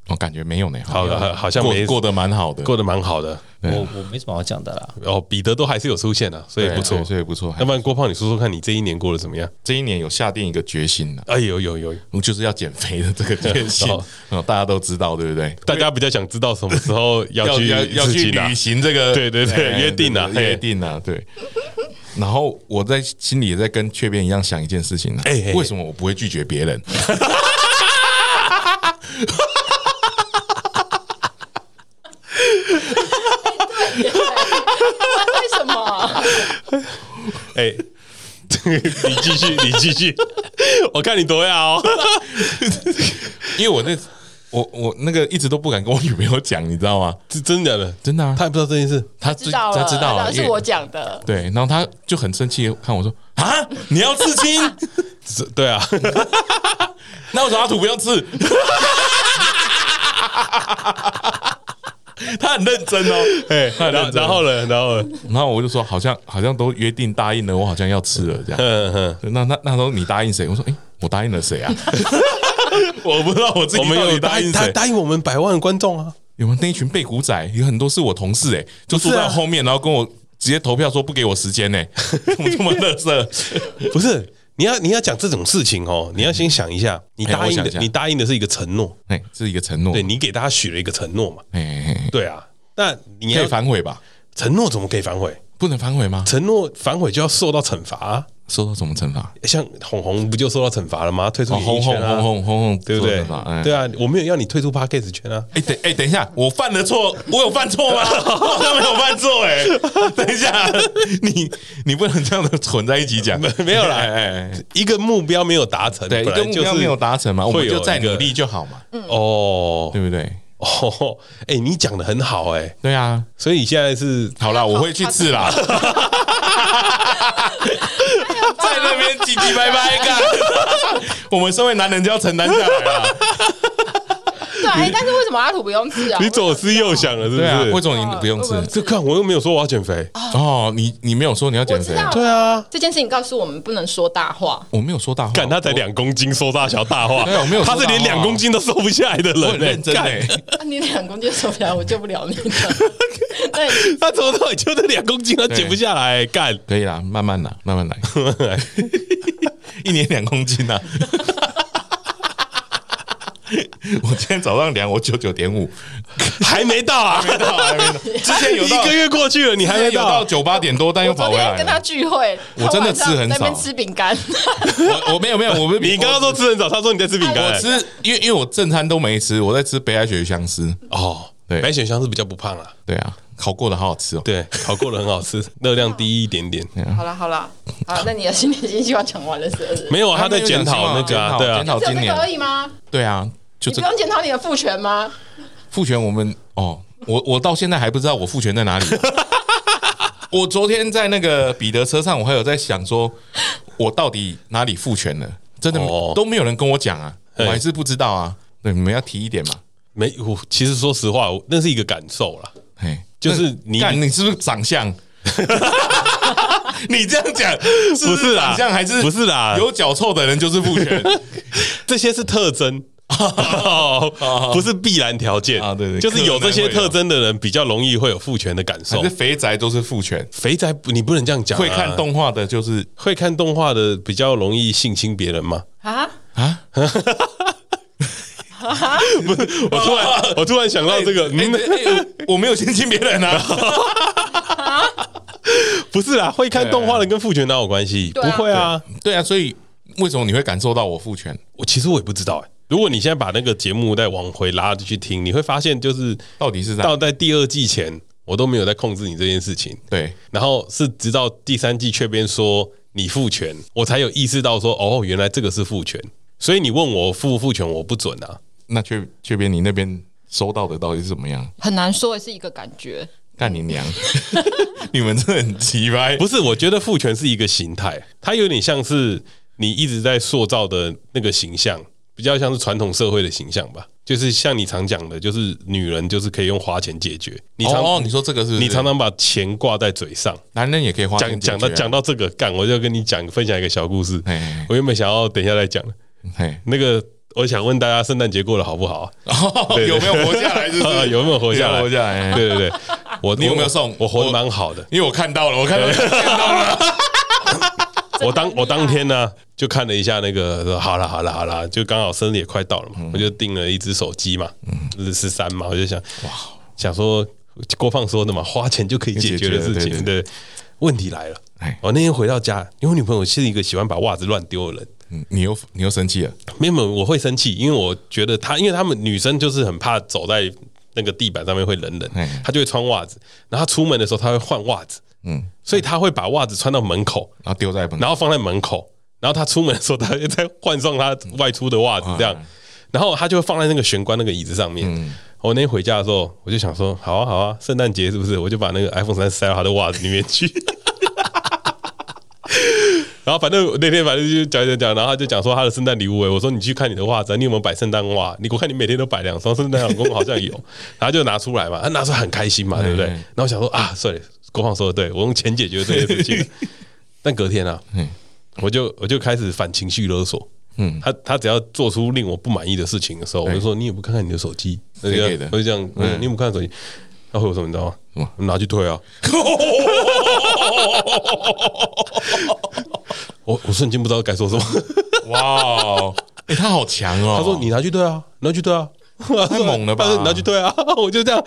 S2: 我感觉没有呢，
S1: 好的，好像
S2: 过
S1: 没
S2: 过得蛮好的，
S1: 过得蛮好的。
S2: 对啊
S4: 我我没什么好讲的啦。
S1: 哦，彼得都还是有出现的、啊，所以
S2: 对
S1: 不错
S2: 对。所以不错。
S1: 要不然郭胖，你说说看你这一年过得怎么样？
S2: 这一年有下定一个决心了，
S1: 哎呦呦呦，
S2: 就是要减肥的这个决 [LAUGHS] 心
S1: 哦，
S2: 嗯大家都知道，对不对？
S1: 大家比较想知道什么时候要
S2: 要
S1: 去
S2: 要要
S1: 刺
S2: 去
S1: 青啊
S2: 履？行这个，
S1: 对对对
S2: 哎
S1: 约定啊
S2: 对
S1: 嘿
S2: 约定啊，对。然后我在心里也在跟雀边一样想一件事情呢啊
S1: 哎哎哎，
S2: 为什么我不会拒绝别人？
S3: [LAUGHS] 为
S2: [LAUGHS]
S3: 什么？
S1: 哎、 [LAUGHS] 你继续，你继续， [LAUGHS] 我看你多要、哦。
S2: 因为我那我我那个一直都不敢跟我女朋友讲，你知道吗？
S1: 是 [LAUGHS] 真的假的？
S2: 真的啊，
S1: 他哎也不知道这件事，
S2: 她
S3: 知道了，
S2: 她知道啊了，因
S3: 是
S2: 为
S3: 我讲
S2: [LAUGHS]
S3: 的。
S2: 对，然后她就很生气地看我说啊，你要刺青，
S1: [LAUGHS] 是对啊，
S2: 那为什么阿土不
S1: [LAUGHS]
S2: 要刺？她很认真哦，
S1: 哎，
S2: 太认
S1: [LAUGHS] 然后
S2: 真了
S1: 然后呢，然后呢，
S2: 然后我就说好像好像都约定答应了，我好像要吃了
S1: [LAUGHS]
S2: 这样。
S1: [LAUGHS] 嗯哼，
S2: 那那那时候你答应谁？我说哎、诶我答应了
S1: [LAUGHS]
S2: 谁啊？我不知道我自己
S1: 我们
S2: 到底
S1: 有
S2: 答应
S1: 他
S2: 谁。
S1: 答应我们百万观众 [LAUGHS] 啊，
S2: 有没有那一群背骨仔？有很多是我同事哎、诶就坐在
S1: 啊
S2: 我后面，然后跟我直接投票说不给我时间
S1: [LAUGHS]
S2: 呢、欸，怎么这么乐色？
S1: 不是？你要你要讲这种事情哦，你要先想一下，你
S2: 哎
S1: 答
S2: 我
S1: 应
S2: 想一
S1: 的
S2: 下
S1: 你答应的是一个承诺，
S2: 哎、这是一个承诺，
S1: 对
S2: 哎
S1: 你给大家许了一个承诺嘛，
S2: 哎、哎
S1: 对啊，那你
S2: 可
S1: 要
S2: 以反悔吧？
S1: 承诺怎么可以反悔？
S2: 不能反悔吗？
S1: 承诺反悔就要受到惩罚啊，
S2: 受到什么惩罚？
S1: 像红红不就受到惩罚了吗？退出
S2: 哦，
S1: 演艺
S2: 轰轰
S1: 圈
S2: 轰
S1: 啊，
S2: 轰轰轰，
S1: 对不对
S2: 受到惩罚？哎、
S1: 对啊，我没有要你退出 Parkes 圈啊，
S2: 哎、等哎、等一下，我犯了错，我有犯
S1: [LAUGHS]
S2: 错吗？我好像没有犯错哎、等一下，你你不能这样的混在一起讲，
S1: [LAUGHS] 没有啦
S2: 哎哎哎
S1: 一个目标没有达成，
S2: 对，一
S1: 本
S2: 个
S1: 来
S2: 目
S1: 就
S2: 标
S1: 是
S2: 没有达成嘛，我
S1: 会
S2: 们
S1: 有
S2: 就再
S1: 一个
S2: 努力就好嘛，
S1: 哦
S2: 对不对？
S1: 哦，哎、你讲的很好哎、
S2: 对啊，
S1: 所以现在是
S2: 好啦，我会去刺啦， [LAUGHS] 在那边唧唧歪歪干， [LAUGHS] 我们身为男人就要承担下来啊，
S3: 对，哎但是为什么阿土不用吃啊？
S1: 你左思右想了，是不
S2: 对啊，为
S1: 是？
S2: 什么你不用刺？
S1: 这看我又没有说我要减肥，
S2: 哦，你你没有说你要减肥
S3: 我知，道
S1: 对啊，
S3: 这件事情告诉我们不能说大话。 [LAUGHS]
S2: 我没有说大话，
S1: 干他才两公斤，说大小大话，
S2: 对啊我没有说
S1: 他是连
S2: 大话
S1: 两公斤都瘦不下来的
S2: 我
S1: 人、
S2: 很认真
S1: 干
S2: 哎。
S3: 啊你两公斤瘦不下来，我救不了你
S2: [LAUGHS]
S3: 的。对，
S1: 他从头到尾就这两公斤，他减不下来、哎干。
S2: 可以啦，慢慢来，
S1: [LAUGHS]
S2: 慢慢来，一年两公斤啊！我今天早上量我九九点五，
S1: 还没到啊！
S2: 之前有到
S1: 一个月过去了，你还
S2: 之前
S1: 没
S2: 有
S1: 到啊
S2: 到？九八点多，但
S3: 我
S2: 又
S3: 昨
S2: 跑回
S3: 天
S2: 来
S3: 跟他
S2: 了。
S3: 聚会，
S2: 我真的吃很少
S3: 他晚上在那边吃饼干， [LAUGHS]
S2: 我我没有没有，我没
S1: [LAUGHS] 你刚刚说吃很早，他说你在吃饼干、
S2: 哎我吃，因为因为我正餐都没吃，我在吃北海鳕鱼香丝。
S1: 哦，
S2: 对
S1: 白选香是比较不胖啊，
S2: 对啊，烤过的好好吃哦。
S1: 对，烤过的很好 [LAUGHS] 吃，热量低一点点。
S3: 好了好了，好，那你的新年新希望讲完了是不是？
S1: 没有啊，他在检讨那个啊，对啊
S2: 检，讨
S3: 只有
S2: 今
S3: 这
S2: 年
S3: 个，而已吗？
S2: 对啊，就
S3: 你
S2: 这
S3: 不
S2: 个
S3: 用检讨你的父权吗？
S2: 父权我们哦，我我到现在还不知道我父权在哪里。 [LAUGHS] 我昨天在那个彼得车上，我还有在想说，我到底哪里父权了？真的、
S1: 哦
S2: 都没有人跟我讲啊，我
S1: 嘿
S2: 还是不知道啊。对，你们要提一点嘛。
S1: 没，我其实说实话，我那是一个感受啦。
S2: 嘿，
S1: 就是你
S2: 干你是不是长相？你这样讲
S1: [LAUGHS]
S2: 是
S1: 不是啦
S2: 长相还是
S1: 不是啦
S2: 有脚臭的人就是父
S1: [LAUGHS]
S2: 权
S1: 这些是特 [LAUGHS] 征，哦 [LAUGHS] 不是必然条件
S2: 啊对对
S1: 就是有这些
S2: 可能会有
S1: 特征的人比较容易会有父权的感
S2: 还
S1: 受
S2: 是。肥宅都是父权？
S1: 肥宅不，你不能这样讲啊。
S2: 会看动画的就是
S1: 会看动画的比较容易性侵别人吗？
S3: 啊，
S2: 啊，
S1: [LAUGHS] 我突然我突然想到这个，
S2: 哎
S1: 嗯，
S2: 哎我没有先亲别人啊，
S1: [LAUGHS] 不是啦，会看动画的跟父权哪有关系？不
S3: 对啊
S1: 会啊，
S2: 对啊，所以为什么你会感受到我父权？
S1: 我其实我也不知道哎。如果你现在把那个节目再往回拉去听，你会发现就是
S2: 到底是在
S1: 到在第二季前，我都没有在控制你这件事情。
S2: 对
S1: 然后是直到第三季却边说你父权，我才有意识到说哦，原来这个是父权。所以你问我父不父权，我不准啊。
S2: 那雀雀边你那边收到的到底是怎么样？
S3: 很难说，是一个感觉。
S2: 干你 [LAUGHS] 娘！你们真的很奇葩，
S1: 不是，我觉得父权是一个形态，它有点像是你一直在塑造的那个形象，比较像是传统社会的形象吧。就是像你常讲的，就是女人就是可以用花钱解决。你常、
S2: 哦，你说这个是不是
S1: 你常常把钱挂在嘴上，
S2: 男人也可以花
S1: 讲
S2: 钱解
S1: 讲
S2: 决啊
S1: 到讲到这个干，我就跟你讲分享一个小故事
S2: 嘿嘿嘿。
S1: 我原本想要等一下再讲，
S2: [LAUGHS] 嘿，
S1: 那个我想问大家，圣诞节过得好不好啊？对对
S2: 哦有没有活下来？是不
S1: 啊 [LAUGHS]
S2: 是
S1: 有没有活下来？
S2: 有没有活下来
S1: 对对对，我
S2: 你有没有
S1: 我
S2: 送
S1: 我活得
S2: 我
S1: 蛮好的。
S2: [LAUGHS] 因为我看到了，我看到
S1: 我当我当天呢、就看了一下那个，说好了好了好了，就刚好生日也快到了嘛，我就订了一只手机嘛，嗯，十三嘛，我就想哇，想说郭胖说的嘛，花钱就可以解决的事
S2: 解
S1: 情，
S2: 决了
S1: 对。问题来了
S2: 哎，
S1: 我那天回到家，因为我女朋友是一个喜欢把袜子乱丢的人，
S2: 嗯你又你又生气了，
S1: 没有，没有我会生气，因为我觉得她，因为她们女生就是很怕走在那个地板上面会冷冷
S2: 嘿，
S1: 他就会穿袜子。然后他出门的时候他会换袜子，嗯，所以他会把袜子穿到门口，
S2: 然后丢在门口
S1: 然后放在门口，然后他出门的时候，他就再换上他外出的袜子这样，然后他就放在那个玄关那个椅子上面。我那天回家的时候，我就想说，好啊好啊，圣诞节是不是？我就把那个 iPhone 三塞到他的袜子里面去。 [LAUGHS] 然后反正我那天反正就讲讲讲，然后他就讲说他的圣诞礼物、欸，我说你去看你的袜子啊，你有没有摆圣诞袜？你我看你每天都摆两双圣诞老公好像有，然后就拿出来嘛，他拿出来很开心嘛，对不对？然后我想说啊，对，郭胖说的对，我用钱解决这件事情。但隔天啊，我就我就开始反情绪勒索。嗯，他他只要做出令我不满意的事情的时候，我就说你也不看看你的手机，我就
S2: 谁
S1: 这
S2: 给的
S1: 样我就这样，嗯你也不看手机，他回我什么你知道吗？
S2: 什么
S1: 拿去 [LAUGHS] 退啊！我我瞬间不知道该说什么。
S2: 哇 [LAUGHS] 哦，哎、他好强哦！
S1: 他说你拿去退啊，拿去退啊，太
S2: 猛了吧
S1: 他说你拿去退啊， [LAUGHS] 我就这样。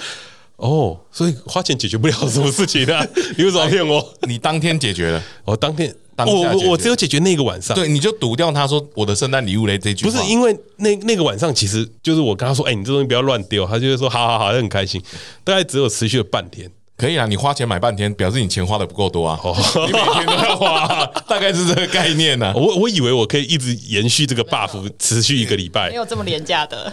S1: 哦，所以花钱解决不了什么事情啊？你为什么要骗我？
S2: 你当天解决了，
S1: 我当天，
S2: 当下
S1: 我
S2: 解决
S1: 哎我我只有解决那个晚上。
S2: [LAUGHS] 对，你就堵掉他说我的圣诞礼物嘞这句
S1: 不
S2: 话，
S1: 是因为那那个晚上，其实就是我跟他说：“哎、你这东西不要乱丢。”他就会说：“好好好，他很开心。”大概只有持续了半天。
S2: 可以啊，你花钱买半天，表示你钱花的不够多啊，
S1: 哦，
S2: 你每天都要花 [LAUGHS] 啊、大概是这个概念呢、啊。
S1: 我我以为我可以一直延续这个 buff，持续一个礼拜
S3: 没，有这么廉价的。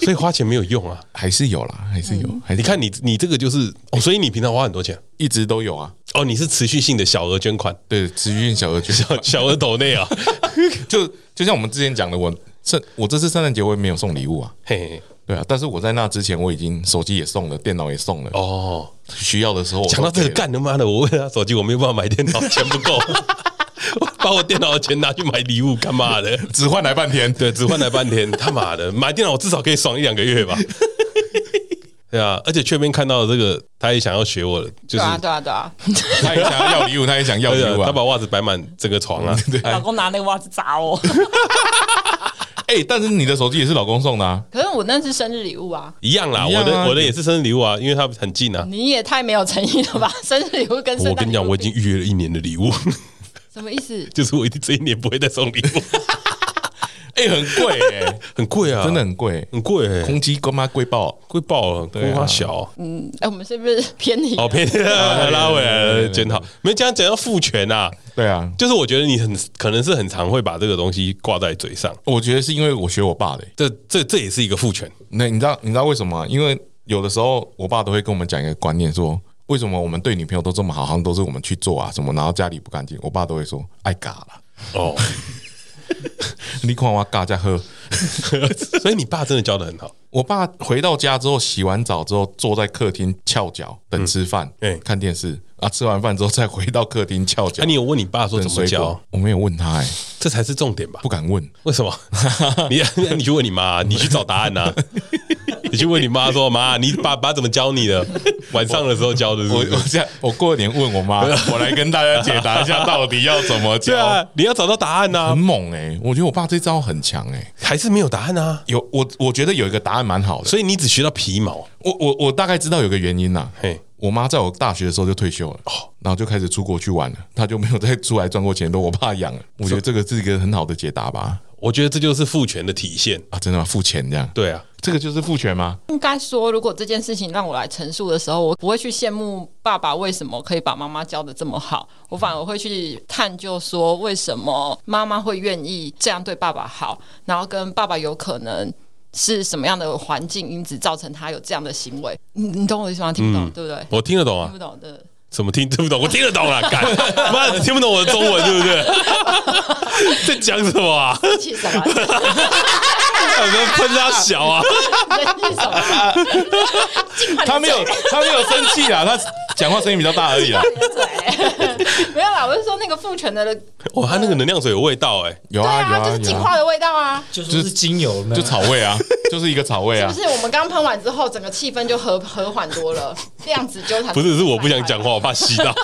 S1: 所以花钱没有用啊！
S2: 还是有啦，还是有，还是
S1: 你看你你这个就是，哦，所以你平常花很多钱
S2: 一直都有啊。
S1: 哦，你是持续性的小额捐款， [LAUGHS]
S2: 对，持续性小额捐款，
S1: 小小额抖内
S3: [LAUGHS]
S1: 啊，
S2: 就就像我们之前讲的，我圣我这次圣诞节我也没有送礼物啊，
S1: 嘿嘿，
S2: 对啊，但是我在那之前我已经手机也送了，电脑也送了，哦，
S1: 哦，
S2: 需要的时候我都
S1: 讲到这个
S2: 给了，
S1: 干他妈的，我为了他手机我没有办法买电脑，钱不够， [LAUGHS] 我把我电脑的钱拿去买礼物，干嘛的？
S2: 只换来半天，
S1: 对， [LAUGHS] 只换来半天，他妈的，买电脑我至少可以爽一两个月
S2: [LAUGHS]
S1: 吧。对啊，而且雀边看到这个，他也想要学我了，就
S3: 对
S1: 是
S3: 啊，对啊，对啊，
S2: 他也想要礼物，他也想要
S1: 对
S2: 礼
S1: 啊
S2: 物啊
S1: 他。把袜子摆满整个床
S2: [LAUGHS]
S1: 啊。
S3: 老公拿那个袜子砸我。
S2: 哎、但是你的手机也是老公送的啊，
S3: [LAUGHS] 可是我那是生日礼物啊，
S1: 一样啦，
S2: 一样
S1: 我
S2: 啊
S1: 的我的也是生日礼物啊，因为它很近啊。
S3: 你也太没有诚意了 [LAUGHS] 吧！生日礼物跟圣诞礼物
S1: 我跟你讲，我已经
S3: 比
S1: 预约了一年的礼物， [LAUGHS]
S3: 什么意思？
S1: 就是我一定这一年不会再送礼物，
S2: 哎、很 [LAUGHS] 贵哎、
S1: 很贵啊，
S2: 真 [LAUGHS] 的很贵，
S1: 很贵欸，
S2: 公鸡干妈贵爆，
S1: 贵爆了，
S2: 啊
S1: 空花小
S3: 哎，我们是不是偏题了？
S1: 哦，偏 [LAUGHS]
S2: 啊
S1: 拉回来了，检讨。没讲讲到父权啊，
S2: 对啊，
S1: 就是我觉得你很可能是很常会把这个东西挂在嘴上，
S2: 我觉得是因为我学我爸的、
S1: 这这这也是一个父权。
S2: 那你知道你知道为什么吗？因为有的时候我爸都会跟我们讲一个观念说。为什么我们对女朋友都这么好，好像都是我们去做啊什么，然后家里不干净，我爸都会说爱嘎啦，
S1: 哦，
S2: 你看我嘎在喝。
S1: [LAUGHS] 所以你爸真的教的很好，
S2: 我爸回到家之后，洗完澡之后，坐在客厅翘脚等吃饭，
S1: 嗯哎
S2: 看电视啊。吃完饭之后再回到客厅翘脚。
S1: 啊那、你有问你爸说
S2: 等
S1: 怎么
S2: 水
S1: 教
S2: 果？？我没有问他、哎，
S1: 这才是重点吧
S2: 不？敢
S1: [LAUGHS]
S2: 问。
S1: 为什么？你 [LAUGHS] 你去问你妈，你去找答案呐、啊 [LAUGHS] 你去问你妈说：“妈，你爸爸怎么教你的？晚上的时候教的是
S2: 我
S1: 不是
S2: 我现在我过年问
S1: [LAUGHS]
S2: 我妈，我来跟大家解答一下到底要怎么
S1: 对
S2: 教。
S1: 啊，你要找到答案呐、
S2: 很猛哎、我觉得我爸这招很强哎、
S1: 还是没有答案啊？
S2: 有我我觉得有一个答案蛮好的，
S1: 所以你只学到皮毛。
S2: 我我我大概知道有个原因呐、
S1: 嘿，
S2: 我妈在我大学的时候就退休了，然后就开始出国去玩了，她就没有再出来赚过钱，都我爸养了。我觉得这个是一个很好的解答吧？
S1: 我觉得这就是父权的体现。
S2: 啊，真的吗？付钱这样，
S1: 对啊，
S2: 这个就是父权吗？
S3: 应该说，如果这件事情让我来陈述的时候，我不会去羡慕爸爸为什么可以把妈妈教的这么好，我反而会去探究说为什么妈妈会愿意这样对爸爸好，然后跟爸爸有可能。是什么样的环境因子造成他有这样的行为？你你懂我的意思吗？听
S1: 嗯
S3: 不懂、对不对？
S1: 我听得懂
S3: 听
S1: 啊
S3: 不，懂的，
S1: 怎么听听不懂？我听得懂啊，干 [LAUGHS] 妈的听不懂我的中文，对不对？ [LAUGHS] 在讲什么啊？
S3: 生 [LAUGHS] 气什么？
S1: 有没有喷他小啊？
S3: [LAUGHS] 生气什么？
S2: 他没有，他没有生气啦，他讲话声音比较大而已啦。
S3: 啊对，没有啦，我是说那个父权的，
S1: 哇，哦他那个能量水有味道哎、
S2: 有
S3: 对
S2: 啊，
S3: 啊，
S2: 有啊，
S3: 就是进
S2: 有
S3: 化
S2: 啊，
S3: 的味道啊，
S4: 就说是精油呢，
S2: 就草味啊，就是一个草味
S3: 是
S2: 啊
S3: 不。是？我们刚喷完之后，整个气氛就和和缓多了，量子纠缠
S1: 不是，是我不想讲话，我怕吸到，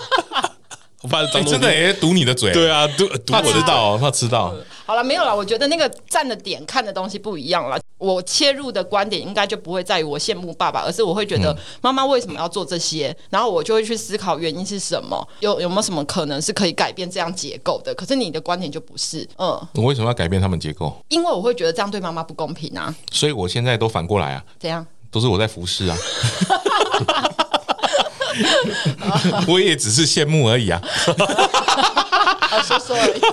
S1: 我怕
S2: 哎
S1: 脏东西
S2: 真的哎，堵你的嘴，
S1: 对啊，堵堵
S2: 怕
S1: 我
S2: 吃
S1: 的
S2: 到，怕吃到。
S3: [LAUGHS] 好了，没有了。我觉得那个站的点看的东西不一样了。我切入的观点应该就不会在于我羡慕爸爸，而是我会觉
S1: 嗯
S3: 得妈妈为什么要做这些，然后我就会去思考原因是什么，有有没有什么可能是可以改变这样结构的。可是你的观点就不是，嗯，
S2: 我为什么要改变他们结构？
S3: 因为我会觉得这样对妈妈不公平啊。
S2: 所以我现在都反过来啊，
S3: 怎样？
S2: 都是我在服侍啊。 [LAUGHS] 我也只是羡慕而已啊，
S3: 啊，说错了一次，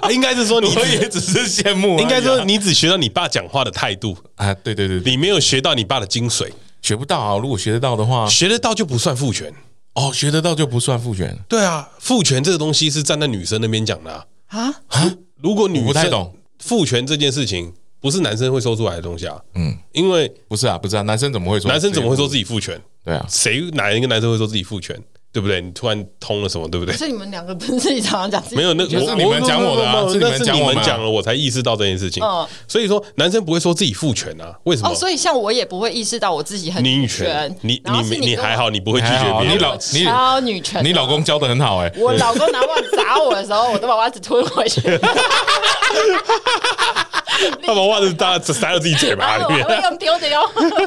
S1: 啊应该是说你
S2: [LAUGHS] 我
S1: 只
S2: 也只是羡慕而已啊、
S1: 应该说你只学到你爸讲话的态度，
S2: 啊，对对对，对
S1: 你没有学到你爸的精髓，
S2: 学不到啊。如果学得到的话，
S1: 学得到就不算父权。
S2: 哦，学得到就不算父权。
S1: 对啊，父权这个东西是站在女生那边讲的啊。
S3: [LAUGHS] 啊
S1: 如果女生
S2: 我不太懂
S1: 父权这件事情，不是男生会说出来的东西啊。嗯，因为
S2: 不是啊，不是啊，男生怎么会说？
S1: 男生怎么会说自？己父权？
S2: 对啊，
S1: 谁哪一个男生会说自己父权？对不对？你突然通了什么？对不对？
S3: 所以你们两个不是自己常常讲自己
S1: 没有，那
S2: 是
S1: 我
S2: 你们讲我的啊
S1: 我
S2: 是你们
S1: 那
S2: 讲
S1: 你
S2: 我们啊
S1: 们讲了，我才意识到这件事情
S3: 嗯。
S1: 所以说，男生不会说自己父权啊？为什么
S3: 哦，？所以像我也不会意识到我自己很
S1: 女
S3: 权
S1: 权，，你
S3: 然后
S1: 你
S3: 是
S1: 没你
S3: 跟我
S1: 还好，你不会拒
S2: 还
S1: 绝
S2: 好
S1: 别
S2: 你
S1: 人。
S2: 老你
S3: 超女权的，
S2: 你老公教的很好哎、
S3: 我老公拿碗砸我的时候，我都把袜子吞
S1: [LAUGHS]
S3: 回去，
S1: 哎他把袜子搭塞到自己嘴巴
S3: [LAUGHS] 然后
S1: 里
S3: 我还
S1: 面。
S2: [LAUGHS]
S3: 会用丢的哟。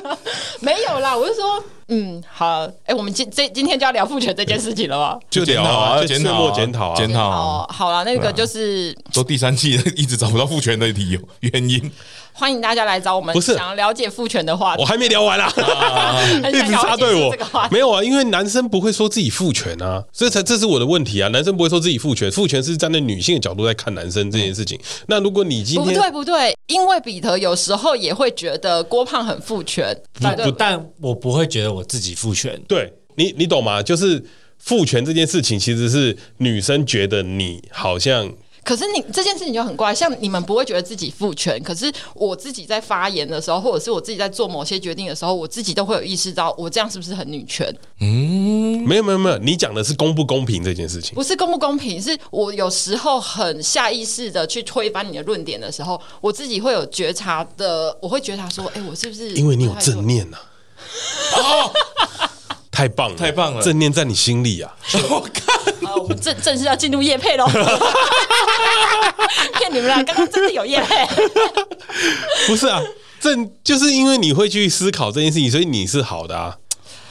S3: [LAUGHS] 没有啦，我是说，嗯，好，哎、我们今这今天就要聊父权这件事情了吧？
S1: 就聊啊，
S2: 要
S1: 就
S2: 检
S1: 岁
S2: 讨
S1: 末
S2: 啊，
S1: 检讨啊，
S2: 检讨啊。
S3: 哦，好了，那个就是
S2: 说第三季 [LAUGHS] 一直找不到父权的理由原因，
S3: 欢迎大家来找我们，
S1: 不是
S3: 想了解父权的话
S1: 我
S3: 题，
S1: 还没聊完啦，啊
S2: 啊
S1: [LAUGHS]
S3: 很
S1: 一
S3: 想
S1: 直
S3: 赶快
S1: 插
S3: 结
S1: 队
S3: 束
S1: 我
S3: 这个话。嗯题。
S1: 没有啊，因为男生不会说自己父权啊，所以才这是我的问题啊。男生不会说自己父权，父权是站在女性的角度在看男生这件事情。那如果你今
S3: 不
S1: 天
S3: 对，不啊对，因为彼得有时候也会觉得郭胖很父权，反正
S4: 但我不会觉得我自己父权，
S1: 对你，你懂吗？就是父权这件事情，其实是女生觉得你好像
S3: 可是你这件事情就很怪，像你们不会觉得自己父权，可是我自己在发言的时候，或者是我自己在做某些决定的时候，我自己都会有意识到，我这样是不是很女权？
S1: 没有没有没有，你讲的是公不公平这件事情。
S3: 不是公不公平，是我有时候很下意识的去推翻你的论点的时候，我自己会有觉察的，我会觉察说，哎、我是不是
S1: 因为你有正
S3: 念？
S1: 念呐、啊。哦太棒了，
S2: 太棒了
S1: 正念在你心里啊。
S3: 啊，我们正正式要进入夜
S1: [LAUGHS]
S3: 配喽。骗你们啦！刚刚真的有夜配，
S1: 不是啊，正就是因为你会去思考这件事情，所以你是好的啊，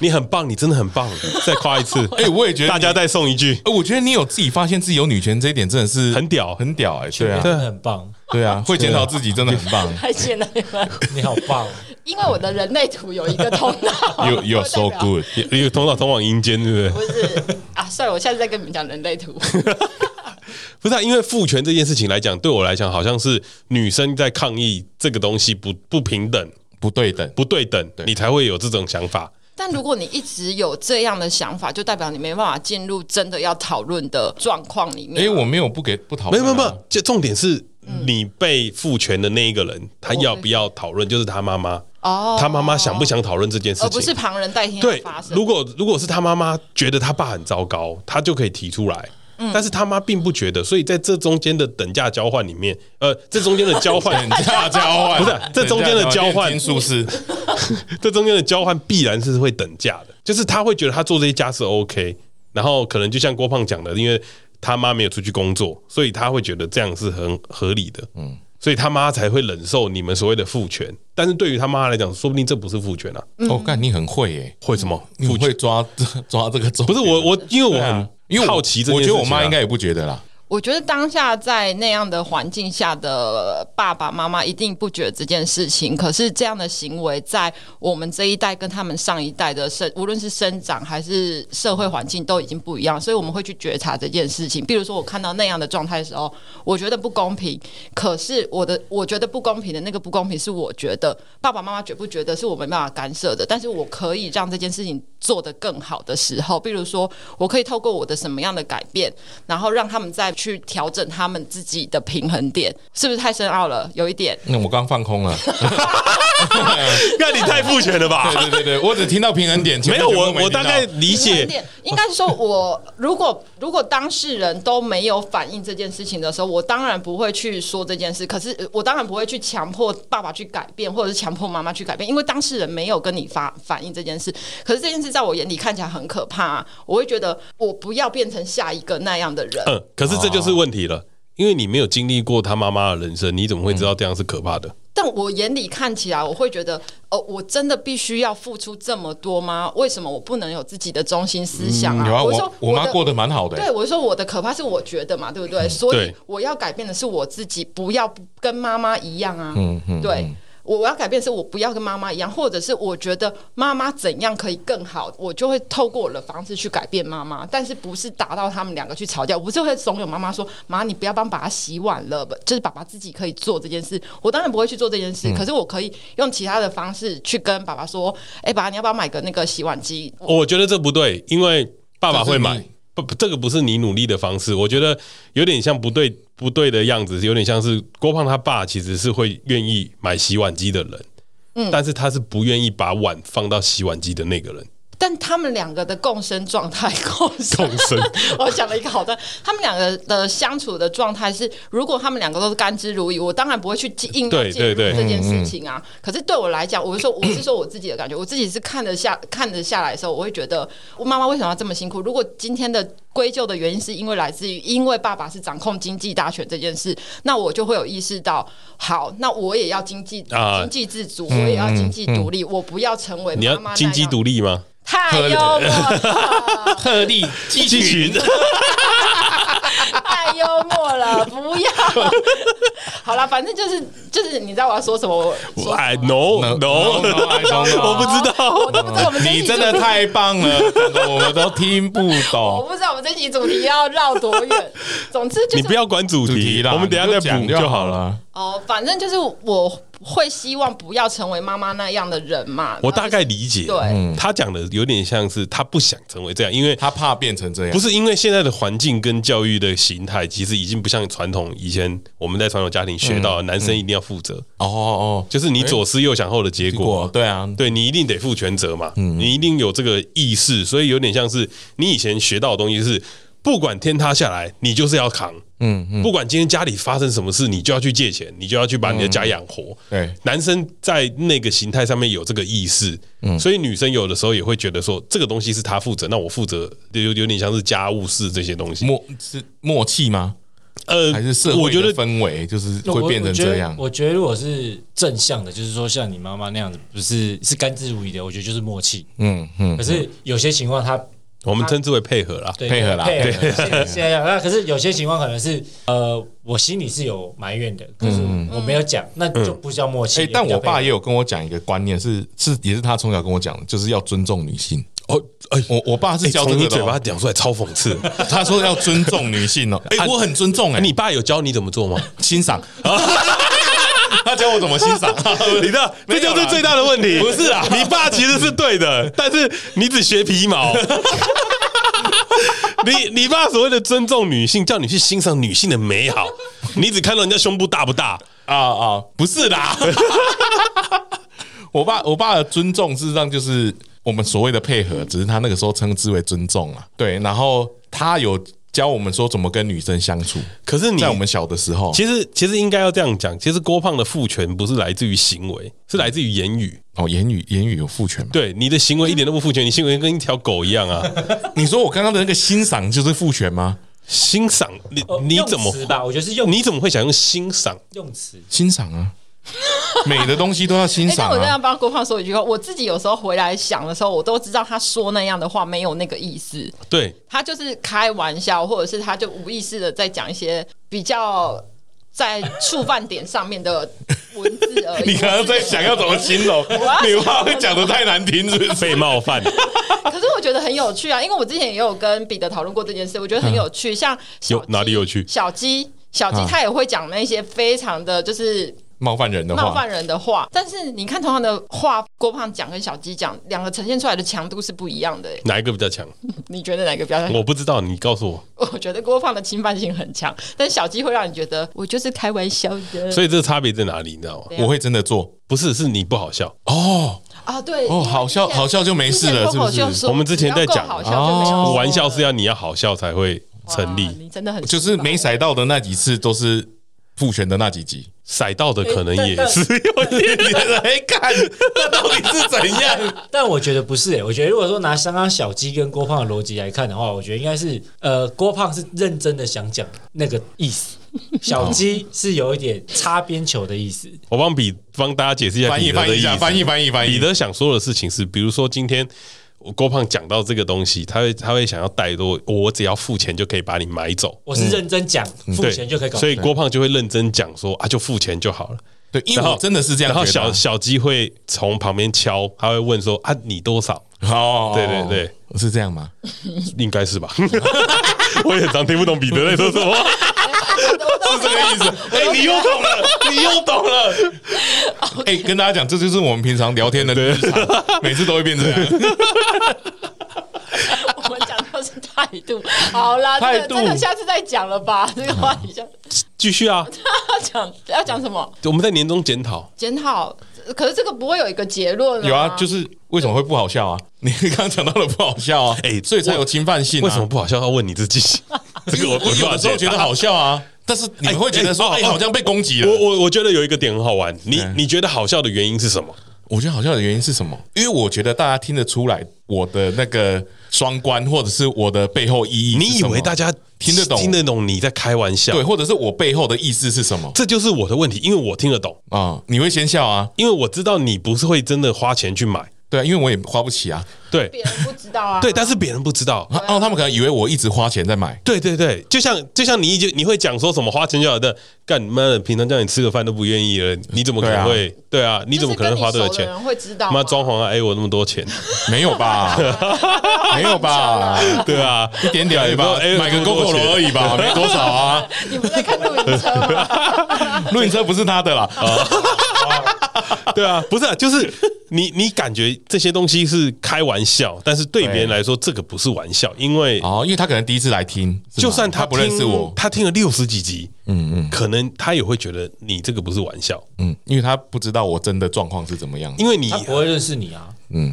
S1: 你很棒，你真的很棒，再夸一次。
S2: [LAUGHS] 哎、我也觉得
S1: 大家再送一句，
S2: 哎我觉得你有自己发现自己有女权这一点真的是
S1: 很屌
S2: 很屌哎、对啊
S1: 对，
S4: 真的很棒，
S2: 对啊，会检讨自己真的很
S1: [LAUGHS]
S2: 棒。
S3: 太见了你们。
S4: 你好棒哦，
S3: 因为我的人类图有一个通
S2: [LAUGHS]
S3: 道
S2: You you're
S3: 我
S2: so
S3: 代表
S2: good，
S1: 有有通道通往阴间，对不
S3: 不
S1: 对？
S3: 是啊，算了，我下次再跟你们讲人类图。
S1: 不是、啊，因为父权这件事情来讲，对我来讲，好像是女生在抗议这个东西不不平等、
S2: 不对等，
S1: 不对等，
S2: 对
S1: 你才会有这种想法。
S3: 但如果你一直有这样的想法，就代表你没办法进入真的要讨论的状况里
S2: 哎、
S3: 面。
S2: 我没有不给不讨
S1: 没有
S2: 论、
S1: 没
S2: 啊，
S1: 有没有，就重点是
S3: 嗯
S1: 你被父权的那一个人，他要不要讨论，就是他妈妈，
S3: 哦
S1: 他妈妈想不想讨论这件事
S3: 而
S1: 情？
S3: 不是旁人代替他
S1: 对
S3: 发，生。
S1: 如果如果是他妈妈觉得他爸很糟糕，他就可以提出来。
S3: 嗯
S1: 但是他妈并不觉得，所以在这中间的等价交换里面，呃，这中间的交换
S2: [LAUGHS] 等，价交换
S1: 不是这中间的交换
S2: 因素是
S1: [LAUGHS] 这中间的交换必然是会等价的，就是他会觉得他做这些家事 OK，然后可能就像郭胖讲的，因为他妈没有出去工作，所以他会觉得这样是很合理的，嗯，所以他妈才会忍受你们所谓的父权。但是对于他妈来讲，说不定这不是父权啊，
S3: 嗯
S2: 哦，干你很会耶、
S1: 会什么
S2: 你
S1: 父权？
S2: 会抓 [LAUGHS] 抓这个重点？
S1: 不是我，我因为我
S2: 对
S1: 很、
S2: 啊，因为我
S1: 好奇这
S2: 我
S1: 件事情
S2: 觉
S1: 啊、
S2: 得我妈
S1: [LAUGHS]
S2: 应该也不觉得啦。
S3: 我觉得当下在那样的环境下的爸爸妈妈一定不觉得这件事情，可是这样的行为在我们这一代跟他们上一代的生，无论是生长还是社会环境都已经不一样，所以我们会去觉察这件事情。比如说，我看到那样的状态的时候，我觉得不公平，可是我的我觉得不公平的那个不公平是我觉得爸爸妈妈觉不觉得是我没办法干涉的，但是我可以让这件事情做得更好的时候，比如说我可以透过我的什么样的改变，然后让他们再去调整他们自己的平衡点，是不是太深奥了？有一点，
S2: 嗯那我刚放空了，
S1: 那你太父权了吧？
S2: 对对对对，我只听到平衡点，前
S1: [LAUGHS] 没
S2: 面
S1: 有，
S2: 全
S1: 我
S2: 部听
S1: 我
S2: 到
S1: 大概理
S3: 平衡
S1: 解，
S3: 点应该是说我如果如果当事人都没有反映这件事情的时候，我当然不会去说这件事，可是呃我当然不会去强迫爸爸去改变，或者是强迫妈妈去改变，因为当事人没有跟你发反映这件事。可是这件事在我眼里看起来很可怕、啊，我会觉得我不要变成下一个那样的人。
S1: 嗯，可是这就是问题了，因为你没有经历过他妈妈的人生，你怎么会知道这样是可怕的？
S3: 但我眼里看起来，我会觉得，哦，我真的必须要付出这么多吗？为什么我不能有自己的中心思想啊？
S2: 有啊，
S3: 我说
S2: 我我妈
S3: 的
S2: 过得蛮好的、
S3: 对，我说我的可怕是我觉得嘛，对不对？所以
S1: 对
S3: 我要改变的是我自己，不要不跟妈妈一样啊。对，我我要改变的是我不要跟妈妈一样，或者是我觉得妈妈怎样可以更好，我就会透过我的方式去改变妈妈，但是不是达到他们两个去吵架，我不是会怂恿妈妈说：“妈，你不要帮爸爸洗碗了，不就是爸爸自己可以做这件事。”我当然不会去做这件事，可是我可以用其他的方式去跟爸爸说：“哎、爸，你要不要买个那个洗碗机？”
S1: 哦我觉得这不对，因为爸爸会买，不，不这个不是你努力的方式。我觉得有点像不对不对的样子，有点像是郭胖他爸其实是会愿意买洗碗机的人，
S3: 嗯
S1: 但是他是不愿意把碗放到洗碗机的那个人。
S3: 但他们两个的共生状态， [LAUGHS] 共生，
S1: 共生
S3: [LAUGHS] 我想了一个好的，他们两个的相处的状态是，如果他们两个都是甘之如饴，我当然不会去介硬要
S1: 对
S3: 介入
S1: 对对
S3: 这件事情啊。可是对我来讲，我是说我是说我自己的感觉，我自己是看得下看得下来的时候，我会觉得我妈妈为什么要这么辛苦？如果今天的归咎的原因是因为来自于因为爸爸是掌控经济大权这件事，那我就会有意识到，好，那我也要经济、
S1: 啊嗯
S3: 经济自主，我也要经济独立，我不要成为
S1: 你
S3: 妈妈
S1: 要经
S3: 那
S1: 济
S3: 样
S1: 独立吗？
S3: 太幽默了，
S2: 特 [LAUGHS] 例鸡群，
S3: 太幽默了，不要。好了，反正就是就是，你知道我要说什么？我说
S1: 哎，no
S2: No,
S1: no， [LAUGHS]
S2: no, no, I don't know
S1: 我不知道。
S3: 我都不知道我们这一
S2: 你
S3: 集
S2: 真的
S3: 主题
S2: 太棒了，整个我们都听不
S3: 我
S2: 懂。
S3: 不知道我们这一集主题要绕多远。总之 [LAUGHS] 就
S1: 你不
S3: 是
S1: 要管主
S2: 主
S1: 题
S2: 题啦，
S1: 我们等一
S2: 你
S1: 下
S2: 就
S1: 再
S2: 讲
S1: 补
S2: 就
S1: 就
S2: 好
S1: 好了。
S2: 了。
S3: 哦，反正就是我会希望不要成为妈妈那样的人嘛。
S1: 我大概理解，
S3: 对嗯
S1: 他讲的有点像是他不想成为这样，因为
S2: 他怕变成这样，
S1: 不
S2: 是
S1: 是因为现在的环境跟教育的形态，其实已经不像传统以前我们在传统家庭学到的，男生一定要负责，
S2: 哦哦哦，
S1: 就是你左思右想后的结
S2: 结果
S1: 果。
S2: 对啊，
S1: 对你一定得负全责嘛，你一定有这个意识，所以有点像是你以前学到的东西是，不管天塌下来，你就是要扛，嗯，不管今天家里发生什么事，你就要去借钱，你就要去把你的家养活。
S2: 对
S1: 男生在那个形态上面有这个意识，
S2: 嗯
S1: 所以女生有的时候也会觉得说，这个东西是他负责，那我负责，有有点像是家务事这些东西。
S2: 默是默契吗？
S1: 呃
S2: 还是社
S1: 我
S2: 会
S1: 觉
S2: 的
S1: 得
S2: 氛围就是
S4: 我
S2: [LAUGHS] 会变成这样？
S4: 我觉得我觉得如果是正向的，就是说像你妈妈那样子，不是是甘之如饴的，我觉得就是默契。
S2: 嗯嗯
S4: 可，是有些情况他
S1: 我们称之为配合啦。
S4: 对
S2: 配合啦
S4: 配合 [LAUGHS] 现在现在那可是有些情况可能是呃，我心里是有埋怨的，可是我没有讲，那就不叫默契。
S2: 哎
S4: 也，不
S2: 但
S4: 叫
S2: 我爸
S4: 配合
S2: 也有跟我讲一个观念，是是也是他从小跟我讲的，就是要尊重女性。
S1: 哦，哎，
S2: 我我爸是
S1: 哎
S2: 教这
S1: 从你
S2: 个的
S1: 嘴巴
S2: 哦，哎
S1: 讲出来超讽
S2: [LAUGHS]
S1: 刺。
S2: 他说要尊重女性哦。哎，我很尊重哎，
S1: [LAUGHS] 哎你爸有教你怎么做吗？
S2: 欣赏。 [LAUGHS] 他教我怎么欣赏， [LAUGHS]
S1: [LAUGHS] 你的
S2: 没
S1: 这
S2: 有啦
S1: 就是最大的问题。
S2: 不是啊
S1: [LAUGHS] 你爸其实是对的，但是你只学皮毛。 [LAUGHS] 你你爸所谓的尊重女性，叫你去欣赏女性的美好，你只看到人家胸部大不大，
S2: 啊啊，不是啦。我爸我爸的尊重事实上就是我们所谓的配合，只是他那个时候称之为尊重啊。对，然后他有教我们说怎么跟女生相处，
S1: 可是你
S2: 在我们小的时候，
S1: 其实其实应该要这样讲，其实郭胖的父权不是来自于行为，是来自于言语。
S2: 哦，言语言语有父权嘛？
S1: 对，你的行为一点都不父权，你行为跟一条狗一样啊！
S2: 你说我刚刚的那个欣赏就是父权吗？
S1: 欣赏你
S4: 哦
S1: 你怎
S4: 用
S1: 么
S4: 词吧？我觉得是用
S1: 你怎么会想用欣赏？
S4: 用词。
S2: 欣赏啊，美的东西都要欣
S3: [LAUGHS] 哎、
S2: 赏
S3: 但我这
S2: 啊
S3: 样。帮郭胖说一句话，我自己有时候回来想的时候，我都知道他说那样的话没有那个意思。
S1: 对，
S3: 他就是开玩笑，或者是他就无意识的在讲一些比较在触犯点上面的文字而
S2: [LAUGHS] [LAUGHS]
S3: 已。
S2: 你刚刚在想要怎么形容？
S3: 要
S2: 你怕会讲的太难听是不是？
S1: 被冒犯。
S3: [LAUGHS] 可是我觉得很有趣啊，因为我之前也有跟彼得讨论过这件事，我觉得很有趣。像小
S1: 有哪里有趣
S3: 小鸡，小鸡
S2: 啊
S3: 他也会讲那些非常的就是
S2: 冒犯人的
S3: 冒
S2: 话
S3: 犯，人的话，但是你看同样的话，郭胖讲跟小鸡讲，两个呈现出来的强度是不一样的、欸
S1: 哪一个比较强？
S3: 你觉得哪个比较强？
S1: 我不知道，你告诉我。
S3: [LAUGHS] 我觉得郭胖的侵犯性很强，但小鸡会让你觉得我就是开玩笑的。
S1: 所以这个差别在哪里？你知道吗？
S3: 对啊
S2: 我会真的做
S1: 不是，是你不好笑。
S2: 哦
S3: 啊，对
S2: 哦，好笑好笑就没事了，是不是？
S1: 我们之前在讲
S3: 好笑就没
S2: 哦
S3: 有
S1: 玩笑是要你要好笑才会成
S3: 哇
S1: 立，
S3: 你真的很
S2: 就是没甩到的那几次都是父权的那几集。
S1: 甩到的可能也
S4: 哎
S1: 是有点。
S2: 哎，看那到底是怎 [LAUGHS] 样？
S4: 但我觉得不是、欸，我觉得如果说拿刚刚小鸡跟郭胖的逻辑来看的话，我觉得应该是呃，郭胖是认真的想讲那个意思，小鸡是有一点擦边球的意思。
S1: 我帮比帮大家解释一下
S2: 翻
S1: 彼
S2: 译
S1: 得
S2: 翻
S1: 的
S2: 译
S1: 意
S2: 一
S1: 思
S2: 下，。翻译翻译翻
S1: 彼
S2: 译。
S1: 得想说的事情是，比如说今天我郭胖讲到这个东西，他会他会想要带多，我只要付钱就可以把你买走，
S4: 我是认真讲，付
S1: 对
S4: 钱就可以搞定。
S1: 所以郭胖就会认真讲说啊，就付钱就好了。
S2: 对，因
S1: 然
S2: 为
S1: 后
S2: 我真的是这样
S1: 然
S2: 觉
S1: 后
S2: 得啊。
S1: 小小鸡会从旁边敲，他会问说啊，你多少？
S2: 哦，
S1: 对对对，
S2: 是这样 [LAUGHS] 吗？
S1: 应该是吧？ [LAUGHS] 我也常听不懂彼得在说什么。
S2: 是这个意思。
S5: 哎、你又懂了，你又懂了，
S2: 哎，跟大家讲，这就是我们平常聊天的日常，每次都会变这样。
S3: [LAUGHS] 我们讲到是态
S2: [LAUGHS]
S3: 度，好啦，这
S2: 态
S3: 个
S2: 度
S3: 这个下次再讲了
S2: [LAUGHS]
S3: 吧，这个话题下次
S1: 继续啊，
S3: 要讲 [LAUGHS] 要讲
S2: [LAUGHS]
S3: 什么
S1: 我们在年终检讨，
S3: 检讨，可是这个不会有一个结论
S2: 有啊，就是为什么会不好笑啊？ [LAUGHS] 你刚刚讲到了不好笑啊，
S1: [LAUGHS] 哎
S2: 所以才有侵犯性啊。
S1: 为什么不好笑？要问你自己。这个我
S2: 我有的时候觉得好
S1: [LAUGHS]
S2: 笑啊，但是你们会觉得说，
S1: 哎
S2: 哎，好像被攻击了
S1: 我。我我觉得有一个点很好玩，你
S2: 嗯
S1: 你觉得好笑的原因是什么？
S2: 我觉得好笑的原因是什么？因为我觉得大家听得出来我的那个双关，或者是我的背后意义是什么。
S1: 你以为大家
S2: 听得懂
S1: 听得懂你在开玩笑
S2: 对，？或者是我背后的意思是
S1: [LAUGHS]
S2: 什么
S1: 这就是我的问题，因为我听得懂，
S2: 啊、你会先笑啊？
S1: 因为我知道你不是会真的花钱去买，
S2: 对啊，因为我也花不起啊。
S1: 对
S3: 别人不知
S2: [LAUGHS]
S3: 道啊，
S1: 对，但是别人不知道。
S2: 啊哦，他们可能以为我一直花钱在买。
S1: 对对对，就像就像你就你会讲说什么花钱就好的，干你妈的，平常叫你吃个饭都不愿意了，你怎么可能会？对啊，你
S3: 就
S1: 怎
S3: 是
S1: 么
S3: 跟
S1: 可能花这个
S3: 熟的
S1: 钱？
S3: 人会知道
S1: 妈
S3: 吗？
S1: 装潢啊，哎，我那么多钱，
S2: 没
S1: [LAUGHS]
S2: 有吧？没有吧？
S1: 对啊，
S2: 一点点而已吧，
S1: 哎
S2: 买个
S1: 这么
S2: GoGo
S1: 多钱
S2: 楼而已吧，没多少啊。
S3: 你不是在看露营
S2: [LAUGHS]
S3: 车吗？
S2: 露营车不是他的啦，
S1: 对 [LAUGHS] 啊，不是、啊，就是你你感觉这些东西是开玩笑，但是对别人来说这个不是玩笑，因为
S2: 哦，因为他可能第一次来听，是吗
S1: 就算
S2: 他
S1: 他
S2: 不认识
S1: 听
S2: 我，
S1: 他听了六十几集，嗯嗯，可能他也会觉得你这个不是玩笑，
S2: 嗯，因为他不知道我真的状况是怎么样。
S1: 因为你
S4: 他不会认识你啊，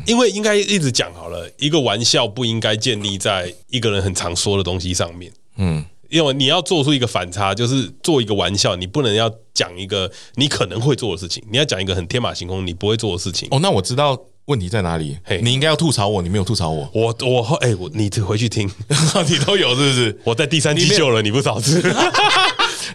S1: 因为应该一直讲好了，一个玩笑不应该建立在一个人很常说的东西上面。
S2: 嗯，
S1: 因为你要做出一个反差，就是做一个玩笑，你不能要讲一个你可能会做的事情，你要讲一个很天马行空你不会做的事情。
S2: 哦，那我知道问题在哪里
S1: 嘿。，
S2: 你应该要吐槽我，你没有吐槽我
S1: 我我后哎、我你回去 [LAUGHS] 听，
S2: 你都有是不是？
S1: 我在第三季救了你不少次。 [LAUGHS]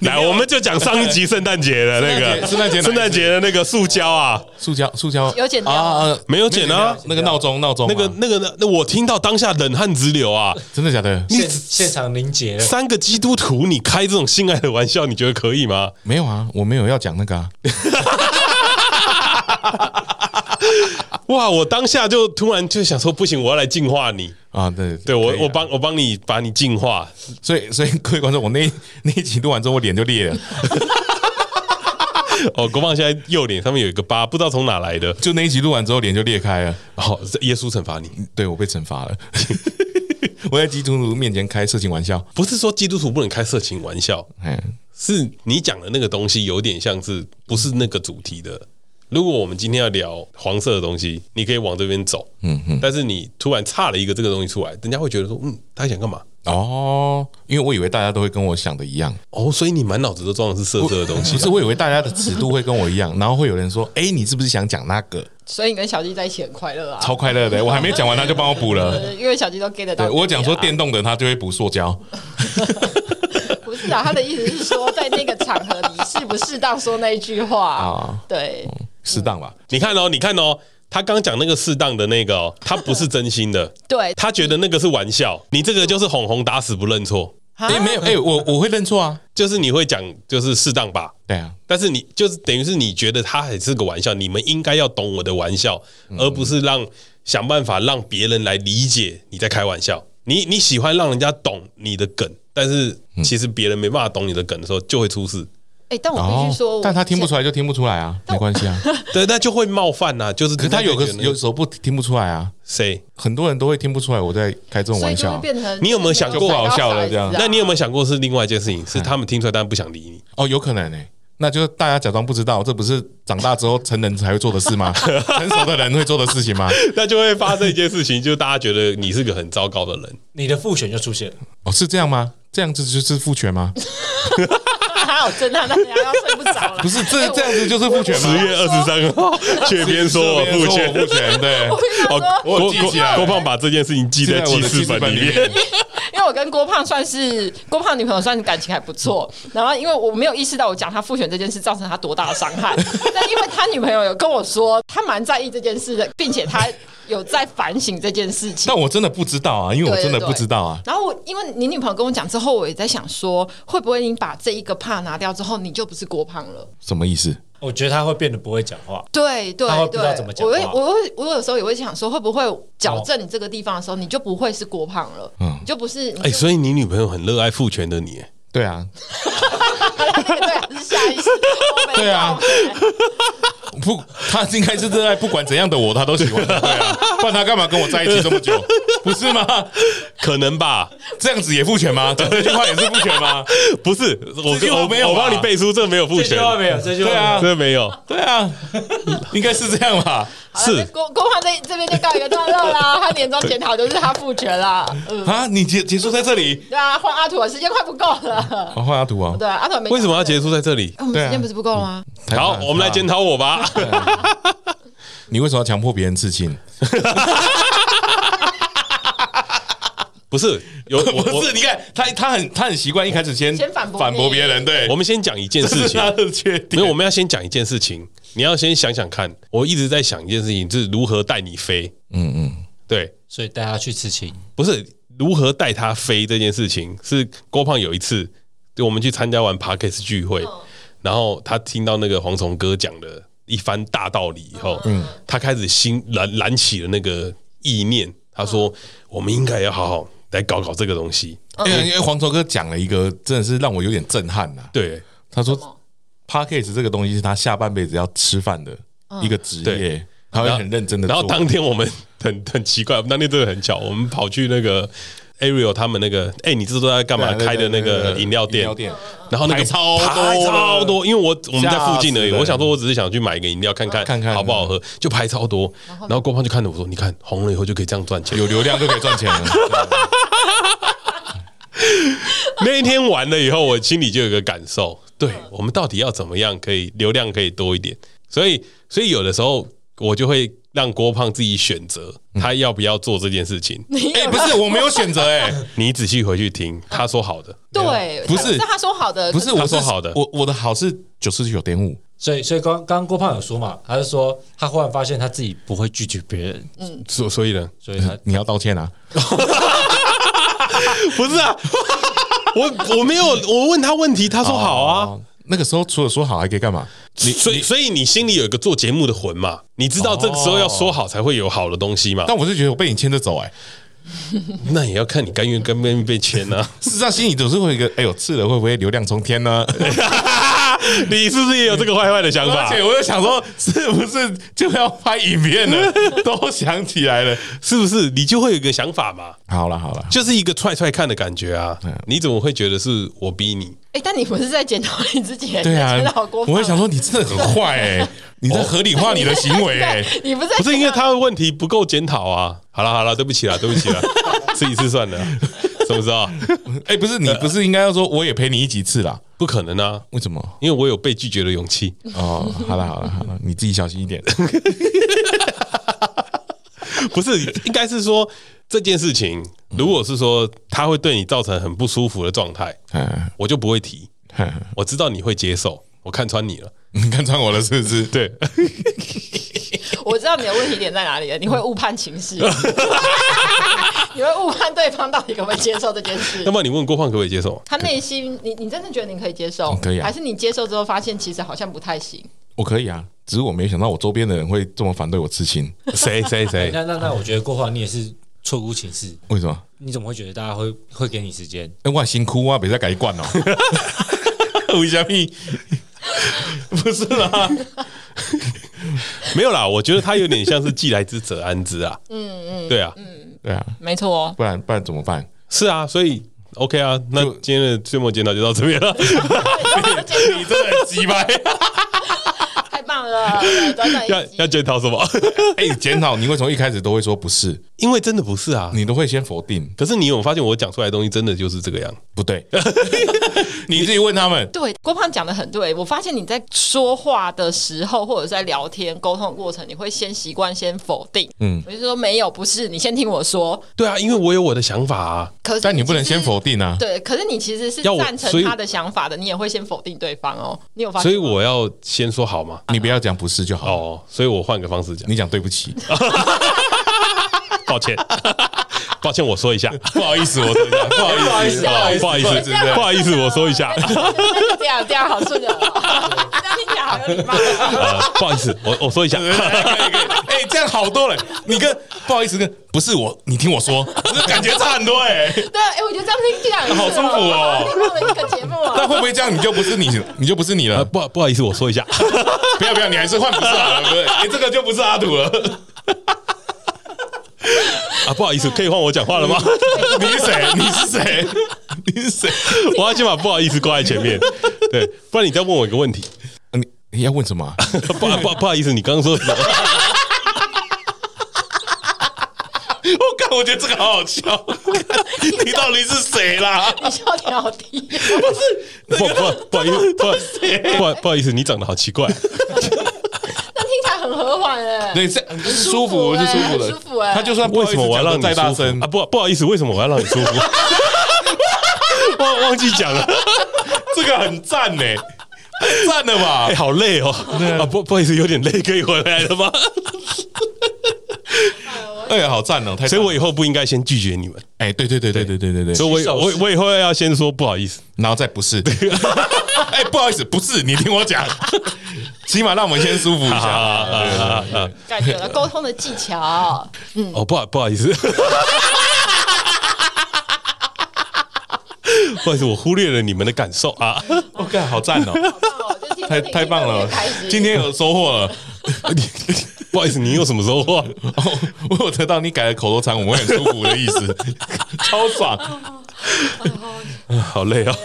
S1: 来，我们就讲上一集圣诞节的那个
S2: 圣诞节圣诞节哪
S1: [LAUGHS] 圣诞节的
S2: 一集
S1: 那个塑胶啊，
S2: 塑胶塑胶
S3: 有剪掉
S2: 啊，呃
S1: 没有剪啊
S2: 那个闹钟闹钟啊，
S1: 那个那个那我听到当下冷汗直流啊！
S2: 真的假的？
S4: 现现场凝结了。
S1: 三个基督徒，你开这种性爱的玩笑，你觉得可以吗？
S2: 没有啊，我没有要讲那个啊。啊
S1: 哇！我当下就突然就想说，不行，我要来净化你。
S2: 啊，对
S1: 对
S2: 可以
S1: 我，
S2: 啊
S1: 我帮我帮你把你净化。
S2: 所以所 [LAUGHS] 以各位观众，我那一那一集录完之后，我脸就裂了，
S1: 哦，国棒现在右脸上面有一个疤，不知道从哪来的。
S2: 就那一集录完之后脸就裂开了，
S1: 哦，这耶稣惩罚你，
S2: 对我被惩罚了。 [LAUGHS] 我在基督徒面前开色情玩笑，
S1: 不是说基督徒不能开色情玩笑，
S2: 哎，
S1: 是你讲的那个东西有点像是不是那个主题的。如果我们今天要聊黄色的东西，你可以往这边走，嗯嗯。但是你突然岔了一个这个东西出来，人家会觉得说，嗯，他想干嘛？
S2: 哦，因为我以为大家都会跟我想的一样，
S1: 哦，所以你满脑子都装的是色色的东西
S2: 不。
S3: 啊
S2: 是我以为大家的尺度会跟我一样，然后会有人说，哎，你是不是想讲那个？
S3: 所以你跟小鸡在一起很快乐啊，
S2: 超快乐的，我还没讲完他就帮我补了。
S3: [LAUGHS] 呃因为小鸡都 get 得到
S2: 对
S3: 你啊。
S2: 我讲说电动的，他就会补塑胶。
S3: 不是啊，他的意思是说，在那个场合你适不适当说那一句话
S2: 啊
S3: 啊？对，
S2: 适当吧，
S1: 你看哦，你看哦，他刚讲那个适当的那个哦，他不是真心的，
S3: 对
S1: 他觉得那个是玩笑，你这个就是哄哄打死不认错，
S2: 哎、没有，哎、我我会认错啊，
S1: 就是你会讲就是适当吧，
S2: 对啊，
S1: 但是你就是等于是你觉得他还是个玩笑，你们应该要懂我的玩笑，
S2: 嗯
S1: 而不是让想办法让别人来理解你在开玩笑。你你喜欢让人家懂你的梗，但是
S2: 嗯
S1: 其实别人没办法懂你的梗的时候，就会出事，
S3: 哎，但我必须说，
S2: 哦但他听不出
S3: 来。
S2: 来就听不出来啊，没关
S3: [LAUGHS]
S2: 系啊，
S1: 对，那就会冒犯呐、啊就是
S2: 可是他有个
S1: 人家就觉得
S2: 有时候不听不出来啊，
S1: 谁？
S2: 很多人都会听不出来我在开这种
S3: 所以
S2: 玩
S3: 就
S2: 笑
S3: 会
S2: 啊、
S3: 变成
S1: 你有没有想过
S3: 没有
S2: 好笑了这样
S3: 甩到骰子啊
S1: 那你有没有想过是另外一件事情？
S2: 嗯
S1: 是他们听出来，但不想理你。 [LAUGHS]
S2: 哦，有可能呢、那就是大家假装不知道，这不是长大之后成人才会做的事
S3: [LAUGHS]
S2: 吗？成熟的人会做的事情吗？
S1: 那就会发生一件事情，就是大家觉得你是个很糟糕的
S2: [LAUGHS]
S1: 人。
S4: 你的父权就出现了，
S2: 哦，是这样吗？这样子就是父权吗？
S3: 还 [LAUGHS] 好震撼，那你还要睡不着了。
S2: [LAUGHS] 不是，这这样子就是父权
S1: 十
S2: 吗？
S1: 月二十三
S2: [LAUGHS]
S1: 号，却边说我父
S2: 这边
S1: 权
S2: 说我。父权，对，
S1: [LAUGHS] 哦，
S2: 我
S1: 郭郭
S2: 记起来了
S1: 郭胖把这件事情记在
S2: 我
S1: 记
S2: 的
S1: 事
S2: 事
S1: 本里面。
S2: 面。
S3: 因为我跟郭胖算是郭胖女朋友，算是感情还不错。然后因为我没有意识到我讲他复选这件事造成他多大的伤害，但因为他女朋友有跟我说，他蛮在意这件事的，并且他有在反省这件事情
S2: 但。我真的不知道啊，因为我真的不知道啊。
S3: 然后我因为你女朋友跟我讲之后，我也在想说，会不会你把这一个怕拿掉之后，你就不是郭胖了？
S2: 什么意思？
S4: 我觉得他会变得不会讲话。
S3: 对对
S4: 他会不知道怎么
S3: 对，
S4: 讲
S3: 我会
S4: 话
S3: 我会我有时候也会想说，会不会矫正你这个地方的时候，你就不会是郭胖了，
S2: 嗯
S3: 你就不是
S1: [LAUGHS] 哎，
S3: 你就
S1: 所以你女朋友很热爱父权的你，哎
S2: 对啊，
S3: [LAUGHS] 对啊，是下意识，我没
S2: 对啊
S3: 动哎
S2: 不，他应该是热爱不管怎样的我，他都喜欢的，对啊，不然他干嘛跟我在一起这么久，不是吗？
S1: 可能
S2: [LAUGHS]
S1: 吧？
S2: 这样子也父权吗？讲这句话也是父权吗？
S1: 不是，我
S2: 这句话
S1: 我
S2: 没有吧
S1: 我帮你背书，这没有父
S4: 这句
S1: 权，
S4: 话没有，这句话
S2: 对啊
S4: 没有
S1: 这没有。
S2: 对啊，应该是这样吧？
S3: 好了
S1: 是
S3: 郭郭胖这这边就告一个段落啦，他年终检讨就是他负责啦，嗯，
S2: 啊，你结结束在这里，
S3: 对啊，换阿土的时间快不够了，
S2: 我换阿图啊。
S3: 对啊，阿土没
S1: 为什么要结束在这里？
S3: 哎？我们时间不是不够吗？
S1: 好，我们来检
S2: 讨，
S1: 讨我吧。
S2: 啊
S1: [LAUGHS]
S2: 你为什么要强迫别人刺青？
S1: 不是，有
S2: [LAUGHS]
S1: 我
S2: 不
S1: 我
S2: 是，你看他，他很他很习惯一开始先
S3: 先反驳
S2: 反驳
S3: 别
S2: 别人，对，
S1: 我 [LAUGHS] 们先讲一件事
S2: 这是
S1: 情
S2: 他，的缺
S1: 没
S2: 点。
S1: 有，我们要先讲一件事情，你要先想想看。我一直在想一件事情，就是如何带你飞。
S2: 嗯嗯，
S1: 对，
S4: 所以带他去刺青，
S1: 不是如何带他飞这件事情，是郭胖有一次，就我们去参加完 Parkes 聚会，然后他听到那个蝗虫哥讲的一番大道理以后，嗯，他开始心燃燃起了那个意念，他说、我们应该要好好来搞搞这个东西。
S2: 因
S3: 嗯
S2: 为因为黄虫哥讲了一个，真的是让我有点震撼呐。
S1: 对
S2: 他说
S3: 么
S2: ，Parkes 这个东西是他下半辈子要吃饭的
S3: 嗯
S2: 一个职业
S1: 对，
S2: 他会很认真的。
S1: 然后当天我们很 [LAUGHS] 很奇怪，我们当天真的很巧，我们跑去那个 Ariel 他们那个，哎、你这都在干嘛？
S2: 对对
S1: 开的那
S2: 对对
S1: 个
S2: 对
S1: 饮料
S2: 饮
S1: 店
S2: 料，店，
S1: 然后那个
S2: 排超多
S1: 排超多，因为我我们在附近而已，
S2: 吓死人
S1: 我想说我只是想去买一个饮料看看
S2: 看看
S1: 好不好喝，就排超多。然后郭胖就看着我说：“你看红了以后就可以这样赚
S2: [LAUGHS]
S1: 钱。
S2: 有流量就可以赚钱了。对”
S1: 那一天完了以后，我心里就有个感受，对我们到底要怎么样可以流量可以多一点？所以所以有的时候我就会让郭胖自己选择
S2: 嗯
S1: 他要不要做这件事情。
S3: [LAUGHS] 你
S2: 哎，
S3: 有啊
S2: 不是，我没有选择，
S3: [LAUGHS]
S2: 哎，
S1: 你仔细回去听，他说好的。
S3: 对，
S2: 不是
S3: 是他说好的，
S2: 不是，我
S1: 他
S2: 是
S1: 说好的
S2: 我我的好是九十九点五，
S4: 所以所以刚刚刚郭胖有说嘛，他就说他忽然发现他自己不会拒绝别人，
S1: 所所以呢，
S4: 所以他
S2: 你要道歉啊。
S1: [LAUGHS] 不是啊， [LAUGHS] 我我没有，我问他问题，他说好啊。
S2: 哦，那个时候除了说好，还可以干嘛？
S1: 你所以所以你心里有一个做节目的魂嘛，你知道这个时候要说好才会有好的东西嘛。
S2: 但我是觉得我被你牵着走，哎，
S1: 那也要看你甘愿甘不愿意被签啊。
S2: 事实上心里总是会有一个，哎呦，吃了会不会流量冲天呢？
S1: [LAUGHS]
S2: [LAUGHS]
S1: 你是不是也有这个坏坏的想
S2: 而
S1: 法？
S2: 且我又想说，是不是就要拍影片 [LAUGHS] 了？都想起来了。
S1: [LAUGHS] 是不是你就会有一个想法嘛？
S2: 好了好了，
S1: 就是一个踹踹看的感觉啊
S2: 嗯！
S1: 你怎么会觉得是我逼你？
S3: 哎，但你不是在检讨你自己，
S2: 对啊
S3: 你在检讨，郭
S2: 我
S3: 胖
S2: 会想说你真的很坏哎、 [LAUGHS] 你在合理化你的行为哎、
S3: 你不是在
S1: 不是因
S3: 检
S1: 为
S3: 讨
S1: 他的问题不够检讨啊！好了好了，对不起啦，对不 [LAUGHS] 起啦，试一次算了，什么时候？
S2: 哎、不是你不是应该要说我也陪你一起次啦？
S1: 不可能啊！
S2: 为什么？
S1: 因为我有被拒绝的勇 [LAUGHS] 气。
S2: 哦，好了好了好了，你自己小心 [LAUGHS] 一点。
S1: 不是，应该是说这件事情，如果是说它会对你造成很不舒服的状态，
S2: 哎
S1: 我就不会 [LAUGHS] 提。
S2: 哎
S1: 我知道你会接受，我看穿你了。
S2: 你看穿我了是不是？
S1: 对，
S3: [LAUGHS] 我知道你的问题点在哪里了，你会误判情势，你会误判对方到底可不可以接受这件
S1: 那
S3: 事。
S1: 么你问郭胖可不可以接受？
S3: 他内心，你你真的觉得你可以接受？
S2: 嗯可以啊
S3: 还是你接受之后发现其实好像不太行？
S2: 我可以啊，只是我没想到我周边的人会这么反对我刺青，
S1: 谁谁
S4: [LAUGHS]
S1: 谁？
S4: 那那那我觉得郭胖你也是错估情势，
S2: 为什么？
S4: 你怎么会觉得大家会会给你时间？
S2: 哎、我很辛苦啊，别再改惯 [LAUGHS] 哦。为什
S1: [LAUGHS]
S2: 么？不是啦，
S1: 没有啦，我觉得他有点像是既来之则安之啊。嗯嗯，对啊，
S2: 对啊，
S3: 没错哦，
S2: 不然不然怎么办？
S1: 是啊，所以 OK 啊。那
S2: 就
S1: 今天的最末检讨就到这边了。
S2: 你真的很鸡掰！
S3: [LAUGHS] 太棒了，短短
S1: 要
S3: 一集
S1: 要检讨什么？
S2: [LAUGHS]
S1: [LAUGHS]
S2: 哎、检讨你为什么一开始都会说不是，
S1: 因为真的不是啊。
S2: 你都会先否定
S1: 可是你有发现我讲出来的东西真的就是这个样？
S2: 不 [LAUGHS] 对，你自己问他们。
S3: 对，郭胖讲的很对。我发现你在说话的时候，或者是在聊天沟通的过程，你会先习惯先否定。
S2: 嗯
S3: 嗯，我就说没有，不是，你先听我说。
S1: 对啊，因为我有我的想法啊。
S3: 可是
S2: 但你不能
S3: 其实
S2: 先否定啊！
S3: 对，可是你其实是
S1: 要我
S3: 赞
S1: 所
S3: 成
S1: 以
S3: 他的想法的，你也会先否定对方哦。你有发
S1: 所
S3: 现
S1: 以
S3: 吗？
S1: 我要先说好嘛。
S2: 你不要讲不是就好。哦、
S1: 哦，所以我换个方式讲，
S2: 你讲对不起，
S1: [LAUGHS] 抱歉，抱歉，我说一下，
S2: 不好意思，我说一下，不好意思，
S1: [LAUGHS] 不好意思，不好意思，不好意思，
S3: 这样
S1: 不好意思，我说一下，
S3: [LAUGHS] 这样 [LAUGHS] 这样好顺耳哦，这样听起来好有礼貌。哦
S1: 呃，不好意思，我我说一下，
S2: [LAUGHS] 哎、这样好多了。你跟 [LAUGHS] 不好意思跟不是我，你听我说，这感觉差很多哎、
S3: [LAUGHS] 对，哎，我觉得这样听起来很
S2: 好舒服哦
S3: 礼貌的一个节目
S2: 那 [LAUGHS]
S3: 哦。 [LAUGHS]
S2: 会不会这样你就不是你，你就不是你
S1: [LAUGHS] 呃，
S2: 了？
S1: 不不好意思，我说一下， [LAUGHS]
S2: 不要不要，你还是换不是好了，不 [LAUGHS] 对？哎、这个就不是阿土了，
S1: 啊，不好意思，可以换我讲话了 [LAUGHS] 吗？
S2: 你是谁？你是谁？你是谁？
S1: 我要先把不好意思挂在前面，对，不然你再问我一个问题，
S2: 你你要问什么啊、
S1: 不不不好意思，你刚刚说什么？
S2: [LAUGHS] 我看，我觉得这个好好笑。 [LAUGHS] 你到底是谁啦？
S3: 你笑点好低， [LAUGHS]
S1: 不不不好意思，不不不好意思，你长得好奇怪，
S3: 但听起来很和缓哎。
S2: 对，这舒服是
S3: 服欸
S2: 舒服的，
S3: 很舒服欸
S2: 他就算不
S1: 为
S2: 好意
S1: 什
S2: 思
S1: 么我要
S2: 讲
S1: 让
S2: 得
S1: 你
S2: 再大
S1: 舒服
S2: 声
S1: [LAUGHS] 啊？，不不好意思，为什么我要让你舒服？ [LAUGHS] 忘忘记讲了，
S2: 这个很赞呢、太赞了吧
S1: [LAUGHS] 哎，？好累哦，啊不不好意思，有点累，可以回来了吗？
S2: 哎呀，好赞哦！太赞了
S1: [LAUGHS] 所以我以后不应该先拒绝 [LAUGHS] 你们，
S2: 哎，对对对对对对对对，
S1: 所以我我我以后要先说不好意思，
S2: 然后再
S1: [LAUGHS]
S2: 不是，哎，不好意思，不是，你听我讲，起码让我们先舒服一
S1: 啊
S2: 下。
S1: 啊啊啊！
S3: 感觉了沟通的技巧，
S1: 哦，不好不好意思， [LAUGHS] 不好意思，我忽略了你们的感受啊！
S2: 我看好赞哦，
S3: 好棒哦！就听
S2: 太
S3: 听
S2: 太棒
S3: 越
S2: 了
S3: 开心，
S2: 今天有收获了。 [LAUGHS]
S1: 不好意思，你有什么收获？
S2: 哦，我有得到你改的口头禅，我很舒服的意思，超爽。
S1: 好累 [LAUGHS] 哦。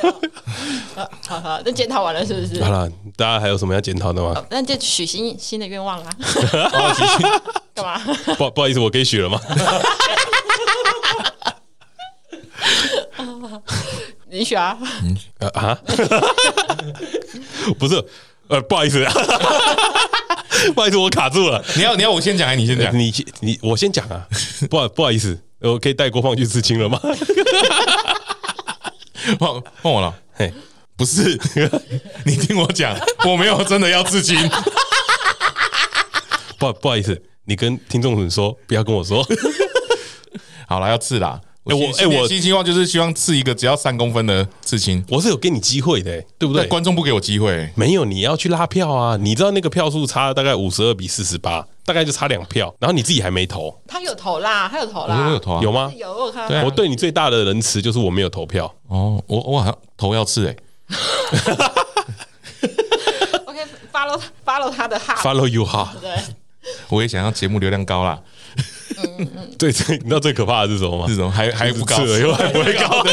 S3: 好好，那检讨完了是不是
S1: 好？了，大家还有什么要检讨的吗？
S3: 好那就许新新的
S2: [LAUGHS]
S3: 愿望啦。啊
S2: 哦
S3: [LAUGHS] 干嘛？
S1: 不不好意思，我可以许了吗？
S3: 你许啊？
S1: 呃啊， [LAUGHS] 不是，呃，不好意思， [LAUGHS] 不好意思，我卡住 [LAUGHS] 了。
S2: 你要你要我先讲还是你
S1: [LAUGHS]
S2: 先讲？
S1: 哎你你我先讲啊，不好不好意思，我可以带郭放去刺青了吗？ [LAUGHS]
S2: 换换我了。
S1: 嘿，
S2: 不是，你听我讲，我没有真的要自金。
S1: [LAUGHS] 不不好意思，你跟听众们说，不要跟我说。 [LAUGHS]
S2: 好了，要刺啦。
S1: 哎我哎我
S2: 新希望就是希望刺一个只要三公分的刺青，
S1: 我是有给你机会的、对不
S2: 但
S1: 对？
S2: 观众不给我机会。
S1: 没有，你要去拉票啊！你知道那个票数差大概五十二比四十八，大概就差两票，然后你自己还没投，
S3: 他有投啦，他有投
S2: 我
S3: 啦，
S2: 有投啊，
S1: 有吗？
S3: 有我有看
S2: 对
S3: 到
S2: 啊
S1: 我对你最大的仁慈就是我没有投票，
S2: 哦，我我好像头要刺哎、
S3: ，OK follow follow 他的哈，
S1: follow you 哈。
S3: 对，
S2: 我也想要节目流量高啦，
S1: 对，最你知道最可怕的是什么吗
S2: 这？种哦还还不高，
S1: 刺了又还
S2: [LAUGHS]
S1: 不会高的，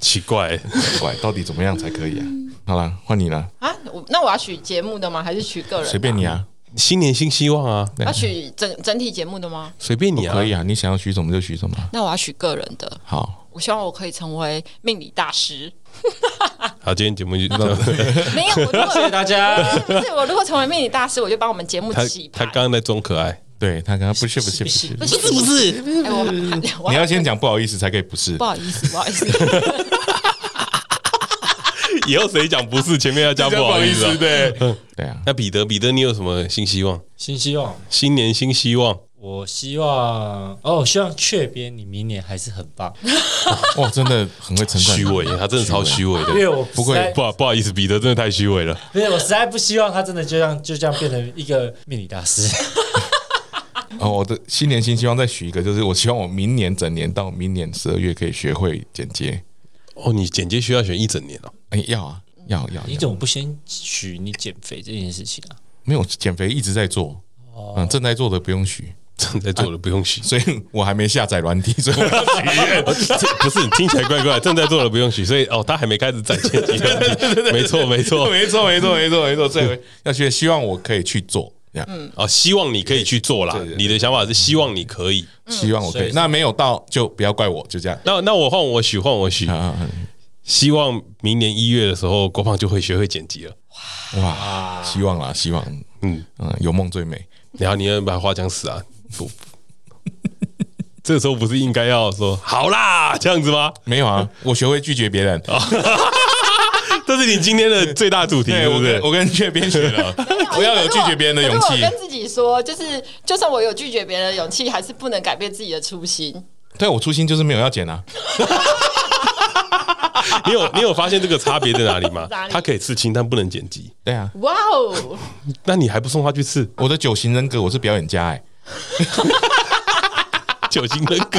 S1: 奇怪，
S2: 怪到底怎么样才可以啊？好啦，换你啦，
S3: 啊，我那我要取节目的吗？还是取个人？
S2: 随便你啊，
S1: 新年新希望啊，
S3: 要取整整体节目的吗？
S1: 随便你啊，
S2: 可以啊，你想要许什么就许什么啊。
S3: 那我要取个人的。
S2: 好，
S3: 我希望我可以成为命理大师。
S1: 好，今天节目
S2: [LAUGHS]
S1: 就到这样
S3: 没有，我如果
S4: 谢谢大家。
S3: 不是我如果成为命理大师，我就帮我们节
S1: [LAUGHS]
S3: 目
S1: 他
S3: 起
S1: 他
S3: 牌。
S1: 刚刚在装可爱， [LAUGHS]
S2: 对他刚刚不是不是不是，
S3: 不是不是，哎我我
S2: 你要先讲不好意思才可以不是
S3: 不。好意思，不好意思，
S1: 以后谁讲不是，前面
S2: [LAUGHS]
S1: 要加不
S2: 大家
S1: 好意思啊。
S2: 对对啊，
S1: 那彼得，彼得，你有什么新希望？
S4: 新希望，
S1: 新年新希望，
S4: 我希望哦，我希望雀边你明年还是很 [LAUGHS] 棒，
S2: 哇，真的很会称赞，
S1: 虚伪，他真的超虚伪
S2: 啊
S4: 因为
S1: 的。
S4: 我
S2: 不会
S4: 实在
S1: 不好不好意思，彼得真的太虚伪了。
S4: 不是，我实在不希望他真的就这样就这样变成一个命理大师。
S2: 哦，我的新年新希望再许一个，就是我希望我明年整年到明年十二月可以学会剪接。
S1: 哦，你剪接需要选一整年哦。
S2: 哎，要啊，要要
S4: 你
S2: 要，
S4: 怎么不先许你减肥这件事情啊？
S2: 没有减肥一直在做，嗯，正在做的不用许，
S1: 正在做的不用许，哦
S2: 所以我还没下载软体， [LAUGHS] 所以我要许愿。
S1: [LAUGHS] 这不是听起来怪怪。正在做的不用许，所以哦，他还没开始展现。
S2: [LAUGHS]
S1: 没错没错
S2: 没错，没错，没错，没错，这回要去，希望我可以去做，这样，
S3: 嗯
S1: 哦，希望你可以去做啦
S2: 对对。对
S1: 你的想法是希望你可以。
S3: 嗯
S2: 希望我可
S4: 所
S2: 以
S4: 以。
S2: 那没有到就不要怪我，就这样。
S1: 那那我换我许，换我许。
S2: 啊，
S1: 希望明年一月的时候，郭胖就会学会剪辑了。
S2: 哇，希望啦，希望，
S1: 嗯，
S2: 嗯，有梦最美。
S1: 然后你要把话讲死啊！不， [LAUGHS] 这时候不是应该要说好啦这样子吗？
S2: 没有啊，我学会拒绝别人，
S1: 这是是你今天的最大主题，
S2: 对
S1: 对
S2: 我
S1: 不对
S2: 跟？我跟雀边学了，
S3: [LAUGHS]
S2: 我要有拒绝别人的勇
S3: 可
S2: 气
S3: 是我。跟自己说，就是就算我有拒绝别人的勇气，还是不能改变自己的初心。
S2: 对我初心就是没有要剪啊，
S1: 你有你有发现这个差别在哪里吗
S3: [LAUGHS] 哪？里
S1: 他可以刺青，但不能剪辑。
S2: 对啊，
S3: 哇哦，
S1: 那你还不送他去刺
S2: 我的九型人格我是表演家哎、
S1: 酒精人
S2: [LAUGHS]
S1: 格？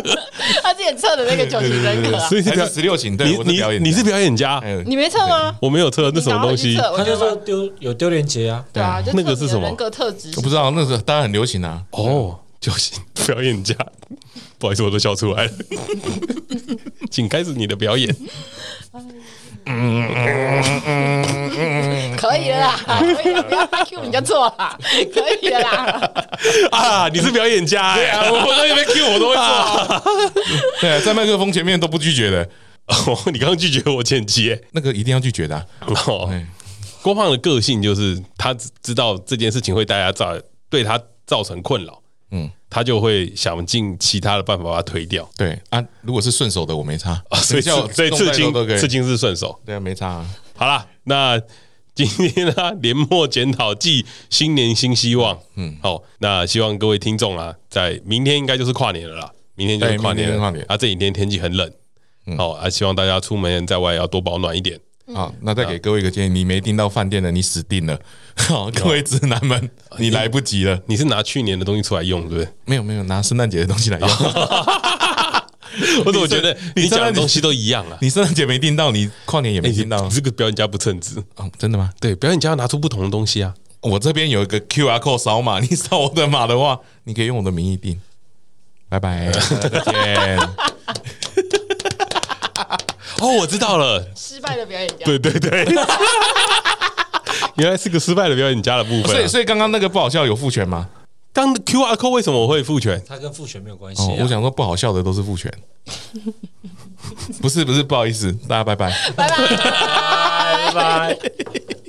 S3: 他之前测的那个九型人格啊，
S1: 所以是
S2: 还
S1: 表
S2: 是十六型？对，我是
S1: 你
S2: 表演
S1: 你
S2: 家
S1: 你是表演家，
S2: 哎
S3: 你没测吗？
S1: 我没有测那什么东
S3: 你
S1: 西
S3: 赶。快去测
S4: 他就
S3: 我觉得
S4: 说丢有丢链接啊，
S3: 对啊，就
S1: 那个
S3: 测你
S1: 是
S3: 的
S1: 什么
S3: 人格特质
S2: 我不知道那个当然很流行啊，
S1: 哦，酒精表演家，不好意思，我都笑出
S2: [LAUGHS]
S1: 来了。请开始你的表演。
S3: [LAUGHS] 可以了啦，可以了，不要 Q 你就做啦， [LAUGHS] 可以了啦。
S1: 啊，你是表演家、欸，
S2: 啊我在那边 Q 我都会做、啊。对、啊，在麦克风前面都不拒绝的，
S1: 哦，你刚刚拒绝我剪辑、欸。
S2: 那个一定要拒绝的啊、
S1: 哦
S2: 哎，
S1: 郭胖的个性就是他只知道这件事情会大家造对他造成困扰，嗯
S2: 嗯，
S1: 他就会想尽其他的办法把它推掉。
S2: 对啊，如果是顺手的我没差，
S1: 啊、所以
S2: 你叫我
S1: 刺所以
S2: 弄
S1: 刺
S2: 太多
S1: 青
S2: 都可以
S1: 刺青是顺手。
S2: 对啊，没差、啊。
S1: 好啦，那今天呢、年末检讨季，新年新希望。嗯，好、那希望各位听众啊，在明天应该就是跨年了啦，明天就是
S2: 对
S1: 跨年了
S2: 明天就是跨年
S1: 啊，这几天天气很冷，好、啊，希望大家出门在外要多保暖一点。
S2: 好，那再给各位一个建议：你没订到饭店的，你死定了。 [LAUGHS] 好，各位直男们，你来不及了。
S1: 啊哦你是拿去年的东西出来用，对不对？
S2: 没有没有，拿圣诞节的东西来用。
S1: [LAUGHS] 我怎么觉得
S2: 你
S1: 你讲
S2: 真
S1: 的
S2: 的
S1: 东西都一样啊？
S2: 你圣诞节没订到，你跨年也没
S1: 哎，
S2: 订到
S1: 你。这个表演家不称职。
S2: 哦，真的吗？
S1: 对，表演家要拿出不同的东西啊。
S2: 我这边有一个 QR code 扫码，你扫我的码的话，你可以用我的名义订。拜拜，再见。
S1: 哦，我知道了，
S3: 失败的表演家，
S1: 对对对， [LAUGHS] 原来是个失败的表演家的部
S2: [LAUGHS] 所
S1: 分
S2: 以
S1: 啊。
S2: 所以刚刚那个不好笑有父权吗？
S1: 刚 Q R code 为什么我会复权？
S4: 他跟父权没有关系
S2: 哦，
S4: 啊
S2: 我。想说不好笑的都是父权。不是不是，不好意思，大家拜拜。
S3: 拜拜。
S4: 拜拜。